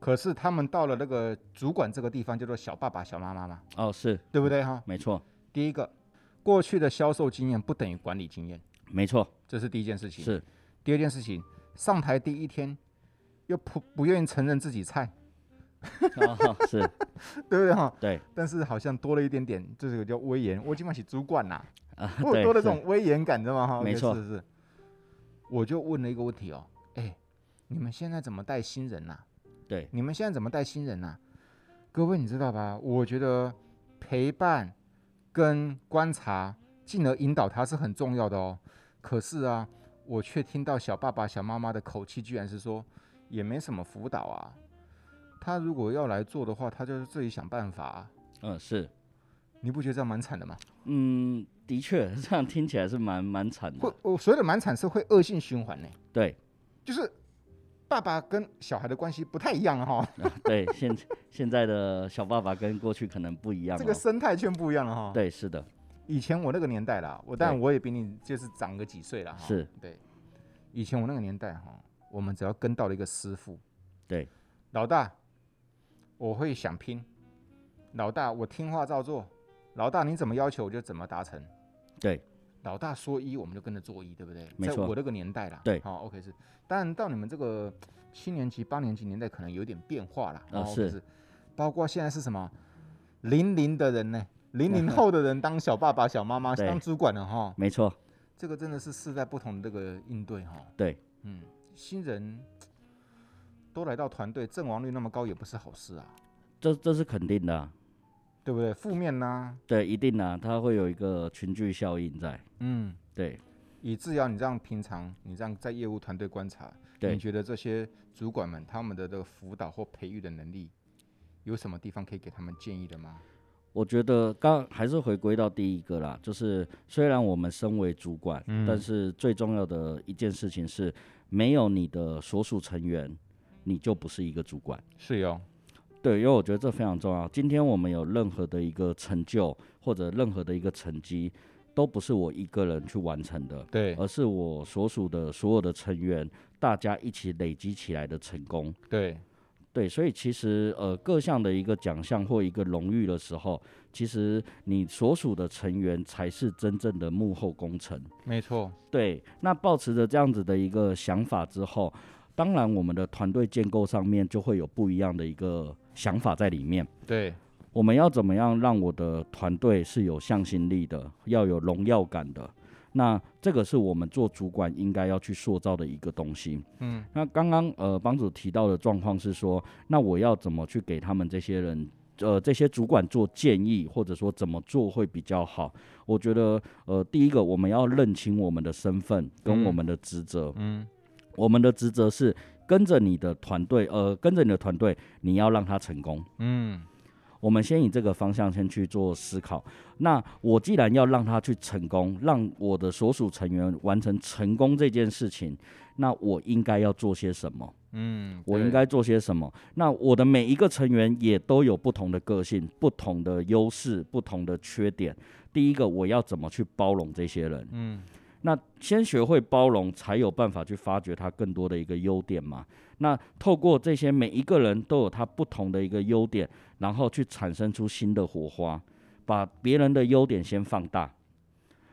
Speaker 1: 可是他们到了那个主管这个地方，叫做小爸爸、小妈妈嘛，
Speaker 2: 哦，是
Speaker 1: 对不对哈？
Speaker 2: 没错，
Speaker 1: 第一个，过去的销售经验不等于管理经验，
Speaker 2: 没错，
Speaker 1: 这是第一件事情。 <laughs>
Speaker 2: 是
Speaker 1: 第二件事情，上台第一天又不不愿意承认自己菜，
Speaker 2: 哦，是
Speaker 1: 对不对哈？
Speaker 2: 对
Speaker 1: 但是好像多了一点点，这个叫威严。我今晚是主管呐、
Speaker 2: 啊，
Speaker 1: 我
Speaker 2: 对，
Speaker 1: 有多了
Speaker 2: 是
Speaker 1: 这种威严感，你知道吗？哈，
Speaker 2: 没
Speaker 1: OK，
Speaker 2: 错
Speaker 1: 是是。我就问了一个问题哦，哎，你们现在怎么带新人呐、
Speaker 2: 对
Speaker 1: 你们现在怎么带新人呐、各位你知道吧？我觉得陪伴跟观察，进而引导他是很重要的哦。可是啊，我却听到小爸爸、小妈妈的口气，居然是说也没什么辅导啊。他如果要来做的话，他就是自己想办法、啊。
Speaker 2: 嗯是。
Speaker 1: 你不觉得这样蛮惨的吗？
Speaker 2: 嗯，的确，这样听起来是蛮蛮惨
Speaker 1: 会
Speaker 2: 的。，
Speaker 1: 我所谓的蛮惨是会恶性循环呢、
Speaker 2: 对
Speaker 1: 就是爸爸跟小孩的关系不太一样了哈，
Speaker 2: 啊对，现现在的小爸爸跟过去可能不一样
Speaker 1: 这
Speaker 2: 了。
Speaker 1: 个生态圈不一样了哈。，
Speaker 2: 对，是的，
Speaker 1: 以前我那个年代啦，我但
Speaker 2: 对
Speaker 1: 我也比你就是长个几岁了哈。
Speaker 2: 是，
Speaker 1: 对，以前我那个年代哈，我们只要跟到了一个师傅，
Speaker 2: 对，
Speaker 1: 老大，我会想拼，老大我听话照做，老大你怎么要求我就怎么达成，
Speaker 2: 对，
Speaker 1: 老大说一我们就跟着做一，对不对？
Speaker 2: 没
Speaker 1: 在
Speaker 2: 错
Speaker 1: 我那个年代啦，
Speaker 2: 对
Speaker 1: 好、o k 是。但到你们这个七年级、八年级年代，可能有点变化啦。
Speaker 2: 啊
Speaker 1: 哦 OK，
Speaker 2: 是
Speaker 1: 是，包括现在是什么零零的人呢？零零后的人当小爸爸、小妈妈、
Speaker 2: 对
Speaker 1: 当主管了哈，
Speaker 2: 没错，
Speaker 1: 这个真的是世代不同的这个应对哈。
Speaker 2: 对，
Speaker 1: 嗯，新人都来到团队，阵亡率那么高也不是好事啊，
Speaker 2: 这这是肯定的啊、
Speaker 1: 对不对？负面呐、
Speaker 2: 对，一定啊，它会有一个群聚效应在。
Speaker 1: 嗯，
Speaker 2: 对，
Speaker 1: 以至要你这样平常，你这样在业务团队观察，
Speaker 2: 对
Speaker 1: 你觉得这些主管们他们的这个辅导或培育的能力，有什么地方可以给他们建议的吗？
Speaker 2: 我觉得刚还是回归到第一个啦，就是虽然我们身为主管，
Speaker 1: 嗯
Speaker 2: 但是最重要的一件事情是，没有你的所属成员，你就不是一个主管。
Speaker 1: 是哦哟、
Speaker 2: 对，因为我觉得这非常重要。今天我们有任何的一个成就或者任何的一个成绩，都不是我一个人去完成的，
Speaker 1: 对
Speaker 2: 而是我所属的所有的成员大家一起累积起来的成功。
Speaker 1: 对，
Speaker 2: 对，所以其实呃，各项的一个奖项或一个荣誉的时候，其实你所属的成员才是真正的幕后功臣。
Speaker 1: 没错，
Speaker 2: 对，那保持着这样子的一个想法之后，当然我们的团队建构上面就会有不一样的一个想法在里面。
Speaker 1: 对，
Speaker 2: 我们要怎么样让我的团队是有向心力的，要有荣耀感的？那这个是我们做主管应该要去塑造的一个东西。
Speaker 1: 嗯，
Speaker 2: 那刚刚呃帮主提到的状况是说，那我要怎么去给他们这些人，呃这些主管做建议，或者说怎么做会比较好？我觉得呃第一个我们要认清我们的身份
Speaker 1: 嗯
Speaker 2: 跟我们的职责，
Speaker 1: 嗯，
Speaker 2: 我们的职责是跟着你的团队，呃跟着你的团队，你要让他成功。
Speaker 1: 嗯，
Speaker 2: 我们先以这个方向先去做思考。那我既然要让他去成功，让我的所属成员完成成功这件事情，那我应该要做些什么？
Speaker 1: 嗯，
Speaker 2: 我
Speaker 1: 对
Speaker 2: 应该做些什么？那我的每一个成员也都有不同的个性、不同的优势、不同的缺点。第一个，我要怎么去包容这些人？嗯，那先学会包容，才有办法去发掘他更多的一个优点嘛。那透过这些每一个人都有他不同的一个优点，然后去产生出新的火花。把别人的优点先放大。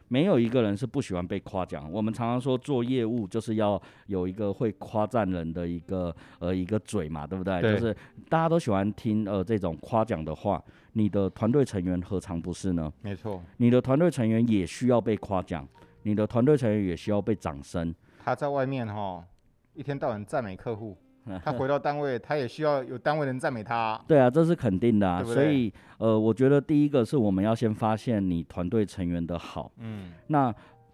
Speaker 2: 没有一个人是不喜欢被夸奖。我们常常说做业务就是要有一个会夸赞人的一个呃一个嘴嘛，对不对？
Speaker 1: 对
Speaker 2: 就是大家都喜欢听呃这种夸奖的话，你的团队成员何尝不是呢？
Speaker 1: 没错，
Speaker 2: 你的团队成员也需要被夸奖，你的团队成员也需要被掌声。
Speaker 1: 他在外面哈，一天到晚赞美客
Speaker 2: <laughs>
Speaker 1: 户，他回到单位，他也需要有单位人赞美他啊。
Speaker 2: 对啊，这是肯定的啊。
Speaker 1: 对不
Speaker 2: 所
Speaker 1: 对
Speaker 2: 以呃，我觉得第一个是我们要先发现你团队成员的好，
Speaker 1: 嗯，
Speaker 2: 那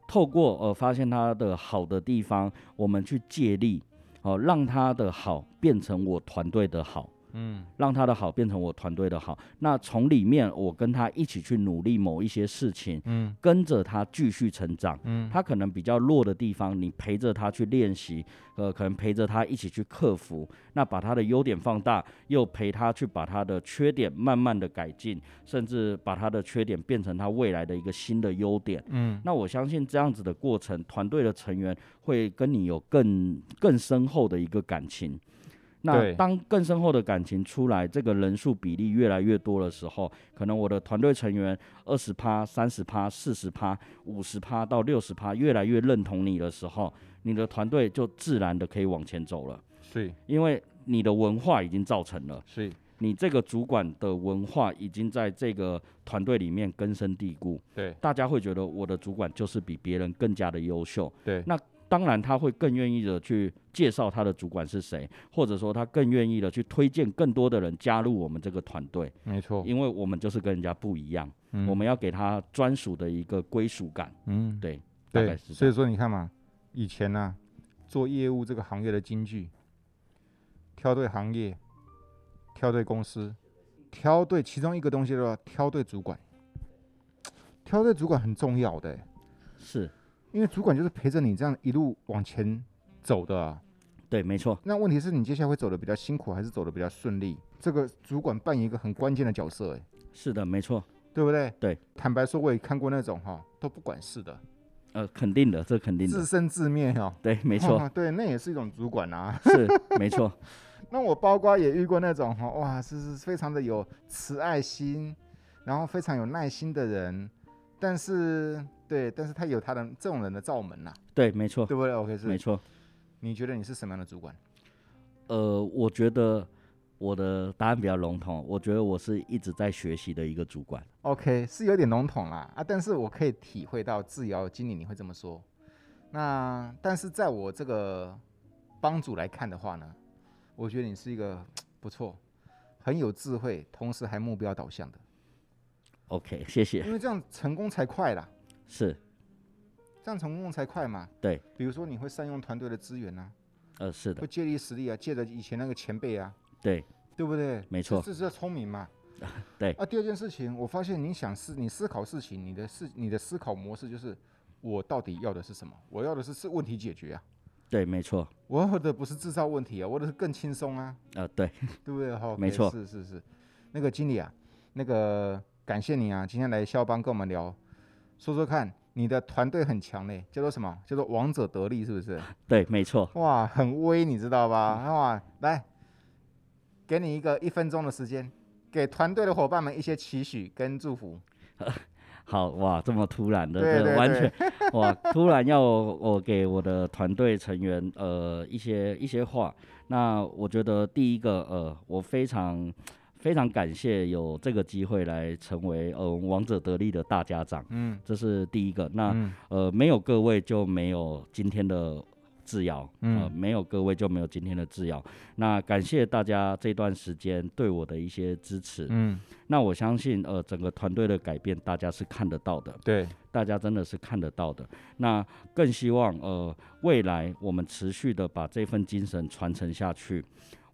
Speaker 2: 透过呃发现他的好的地方，我们去借力，哦、让他的好变成我团队的好。
Speaker 1: 嗯，
Speaker 2: 让他的好变成我团队的好，那从里面我跟他一起去努力某一些事情，
Speaker 1: 嗯，
Speaker 2: 跟着他继续成长。
Speaker 1: 嗯，
Speaker 2: 他可能比较弱的地方，你陪着他去练习，呃，可能陪着他一起去克服，那把他的优点放大，又陪他去把他的缺点慢慢的改进，甚至把他的缺点变成他未来的一个新的优点。
Speaker 1: 嗯，
Speaker 2: 那我相信这样子的过程，团队的成员会跟你有更更深厚的一个感情。那
Speaker 1: 对
Speaker 2: 当更深厚的感情出来，这个人数比例越来越多的时候，可能我的团队成员二十趴、三十趴、四十趴、五十趴到六十趴，越来越认同你的时候，你的团队就自然的可以往前走了，
Speaker 1: 是
Speaker 2: 因为你的文化已经造成了，
Speaker 1: 是，
Speaker 2: 你这个主管的文化已经在这个团队里面根深蒂固。
Speaker 1: 对
Speaker 2: 大家会觉得我的主管就是比别人更加的优秀。
Speaker 1: 对
Speaker 2: 那当然，他会更愿意的去介绍他的主管是谁，或者说他更愿意的去推荐更多的人加入我们这个团队，
Speaker 1: 没错。
Speaker 2: 因为我们就是跟人家不一样，
Speaker 1: 嗯
Speaker 2: 我们要给他专属的一个归属感。
Speaker 1: 嗯，
Speaker 2: 对，大概
Speaker 1: 对，所
Speaker 2: 是这
Speaker 1: 以
Speaker 2: 样。
Speaker 1: 说你看嘛，以前呢、做业务这个行业的金句，挑对行业，挑对公司，挑对其中一个东西的话，挑对主管，挑对主管很重要的欸、
Speaker 2: 是
Speaker 1: 因为主管就是陪着你这样一路往前走的、啊。
Speaker 2: 对，没错，
Speaker 1: 那问题是你接下来会走的比较辛苦，还是走的比较顺利？这个主管扮演一个很关键的角色、欸，
Speaker 2: 是的，没错。
Speaker 1: 对不对？
Speaker 2: 对。
Speaker 1: 坦白说，我也看过那种哈都不管事的，
Speaker 2: 呃，肯定的，这肯定
Speaker 1: 自
Speaker 2: 的，
Speaker 1: 生自灭哈、
Speaker 2: 对，没错，
Speaker 1: 啊 <laughs> 对，那也是一种主管啊。 <laughs>
Speaker 2: 是没错，
Speaker 1: 那我包括也遇过那种哈，哇，是是非常的有慈爱心，然后非常有耐心的人，但是对，但是他有他的这种人的罩门呐、啊
Speaker 2: 对，没错，
Speaker 1: 对不对？OK，是，
Speaker 2: 没错。
Speaker 1: 你觉得你是什么样的主管？
Speaker 2: 呃，我觉得我的答案比较笼统，我觉得我是一直在学习的一个主管。
Speaker 1: OK，是有点笼统啦啊，但是我可以体会到自由经理你会这么说。那但是在我这个帮主来看的话呢，我觉得你是一个不错、很有智慧，同时还目标导向的，
Speaker 2: OK，谢谢。
Speaker 1: 因为这样成功才快啦，
Speaker 2: 是，
Speaker 1: 这样成功才快嘛。
Speaker 2: 对，
Speaker 1: 比如说你会善用团队的资源啊，
Speaker 2: 呃，是的
Speaker 1: 会，借力使力啊，借着以前那个前辈啊，
Speaker 2: 对，
Speaker 1: 对不对？
Speaker 2: 没错
Speaker 1: 这这叫聪明嘛。
Speaker 2: 对
Speaker 1: 啊，第二件事情，我发现你想思，你思考事情，你的思，你的思考模式就是，我到底要的是什么？我要的是是问题解决啊，
Speaker 2: 对，没错，
Speaker 1: 我要的不是制造问题啊，我要的是更轻松啊，
Speaker 2: 呃，对，
Speaker 1: 对不对？好，
Speaker 2: 没错
Speaker 1: 是是是。那个经理啊，那个感谢你啊，今天来肖邦跟我们聊，说说看，你的团队很强嘞，叫做什么？叫做王者得力，是不是？
Speaker 2: 对，没错，
Speaker 1: 哇，很威，你知道
Speaker 2: 嗯
Speaker 1: 吧？哇，来，给你一个一分钟的时间，给团队的伙伴们一些期许跟祝福。
Speaker 2: 好哇，这么突然的，
Speaker 1: 对
Speaker 2: 这
Speaker 1: 对
Speaker 2: 完全
Speaker 1: <laughs>
Speaker 2: 哇，突然要我我给我的团队成员呃一些一些话。那我觉得第一个呃，我非常非常感谢有这个机会来成为呃王者得力的大家长，
Speaker 1: 嗯
Speaker 2: 这是第一个。那、
Speaker 1: 嗯
Speaker 2: 呃，没有各位就没有今天的制药，呃，
Speaker 1: 嗯
Speaker 2: 没有各位就没有今天的制药。那感谢大家这段时间对我的一些支持。
Speaker 1: 嗯，
Speaker 2: 那我相信，呃，整个团队的改变大家是看得到的，
Speaker 1: 对，
Speaker 2: 大家真的是看得到的。那更希望，呃，未来我们持续的把这份精神传承下去。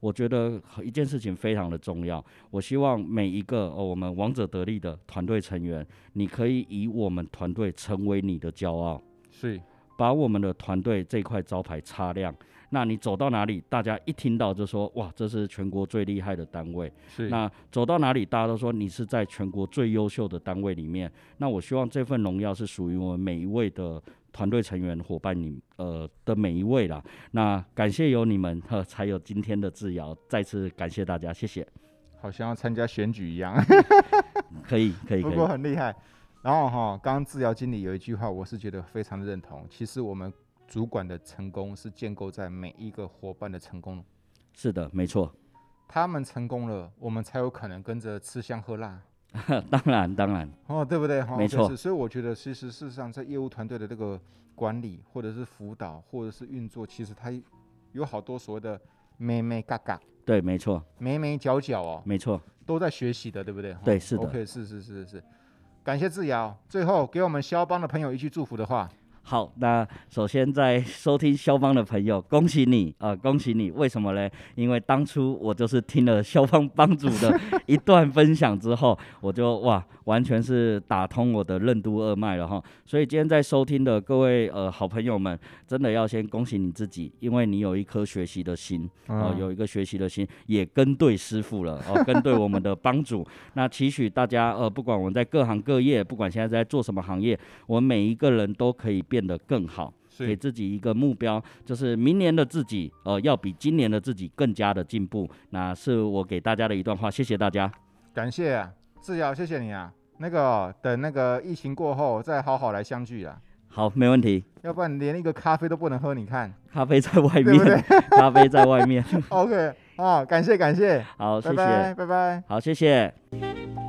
Speaker 2: 我觉得一件事情非常的重要，我希望每一个呃我们王者得力的团队成员，你可以以我们团队成为你的骄傲。
Speaker 1: 是，
Speaker 2: 把我们的团队这块招牌擦亮。那你走到哪里，大家一听到就说哇，这是全国最厉害的单位。
Speaker 1: 是
Speaker 2: 那走到哪里，大家都说你是在全国最优秀的单位里面。那我希望这份荣耀是属于我们每一位的团队成员、伙伴你呃的每一位啦。那感谢有你们，呵，才有今天的自由。再次感谢大家，谢谢。
Speaker 1: 好像要参加选举一样。
Speaker 2: 可以可
Speaker 1: <laughs>
Speaker 2: 以
Speaker 1: 不
Speaker 2: 可
Speaker 1: 过
Speaker 2: 以，
Speaker 1: 很厉害。然后哈、刚刚治疗经理有一句话，我是觉得非常的认同。其实我们主管的成功是建构在每一个伙伴的成功，
Speaker 2: 是的，没错， <laughs>
Speaker 1: 他们成功了，我们才有可能跟着吃香喝辣。
Speaker 2: 当然当然，
Speaker 1: 哦，对不对？哈、
Speaker 2: 没
Speaker 1: 就
Speaker 2: 错
Speaker 1: 是所以我觉得，其实事实上，在业务团队的这个管理，或者是辅导，或者是运作，其实它有好多所谓的咩咩嘎嘎、
Speaker 2: 对，没错
Speaker 1: 眉眉角角哦，
Speaker 2: 没错，
Speaker 1: 都在学习的，对不对？哈
Speaker 2: 对是的
Speaker 1: OK，是是是是。感谢志尧，最后给我们肖邦的朋友一句祝福的话。
Speaker 2: 好，那首先在收听肖邦的朋友，恭喜你啊、呃恭喜你！为什么嘞？因为当初我就是听了肖邦帮主的一段分享之后，我就哇，完全是打通我的任督二脉了哈。所以今天在收听的各位呃好朋友们，真的要先恭喜你自己，因为你有一颗学习的心哦、
Speaker 1: 嗯
Speaker 2: 有一个学习的心，也跟对师傅了哦、跟对我们的帮主。那期许大家呃，不管我们在各行各业，不管现在在做什么行业，我们每一个人都可以变得更好，给
Speaker 1: 是
Speaker 2: 自己一个目标，就是明年的自己，呃，要比今年的自己更加的进步。那是我给大家的一段话，谢谢大家。
Speaker 1: 感谢啊，志尧，谢谢你啊。那个哦等那个疫情过后，再好好来相聚
Speaker 2: <laughs>
Speaker 1: 啊，
Speaker 2: 好，没问题。
Speaker 1: 要不然连一个咖啡都不能喝。你看
Speaker 2: 咖啡在外
Speaker 1: 对
Speaker 2: 面，
Speaker 1: 不对
Speaker 2: 咖啡在外面。
Speaker 1: ，OK 啊、感谢感谢，
Speaker 2: 好，谢
Speaker 1: 拜
Speaker 2: 谢。
Speaker 1: 拜拜拜。
Speaker 2: 好，谢谢。
Speaker 3: Thank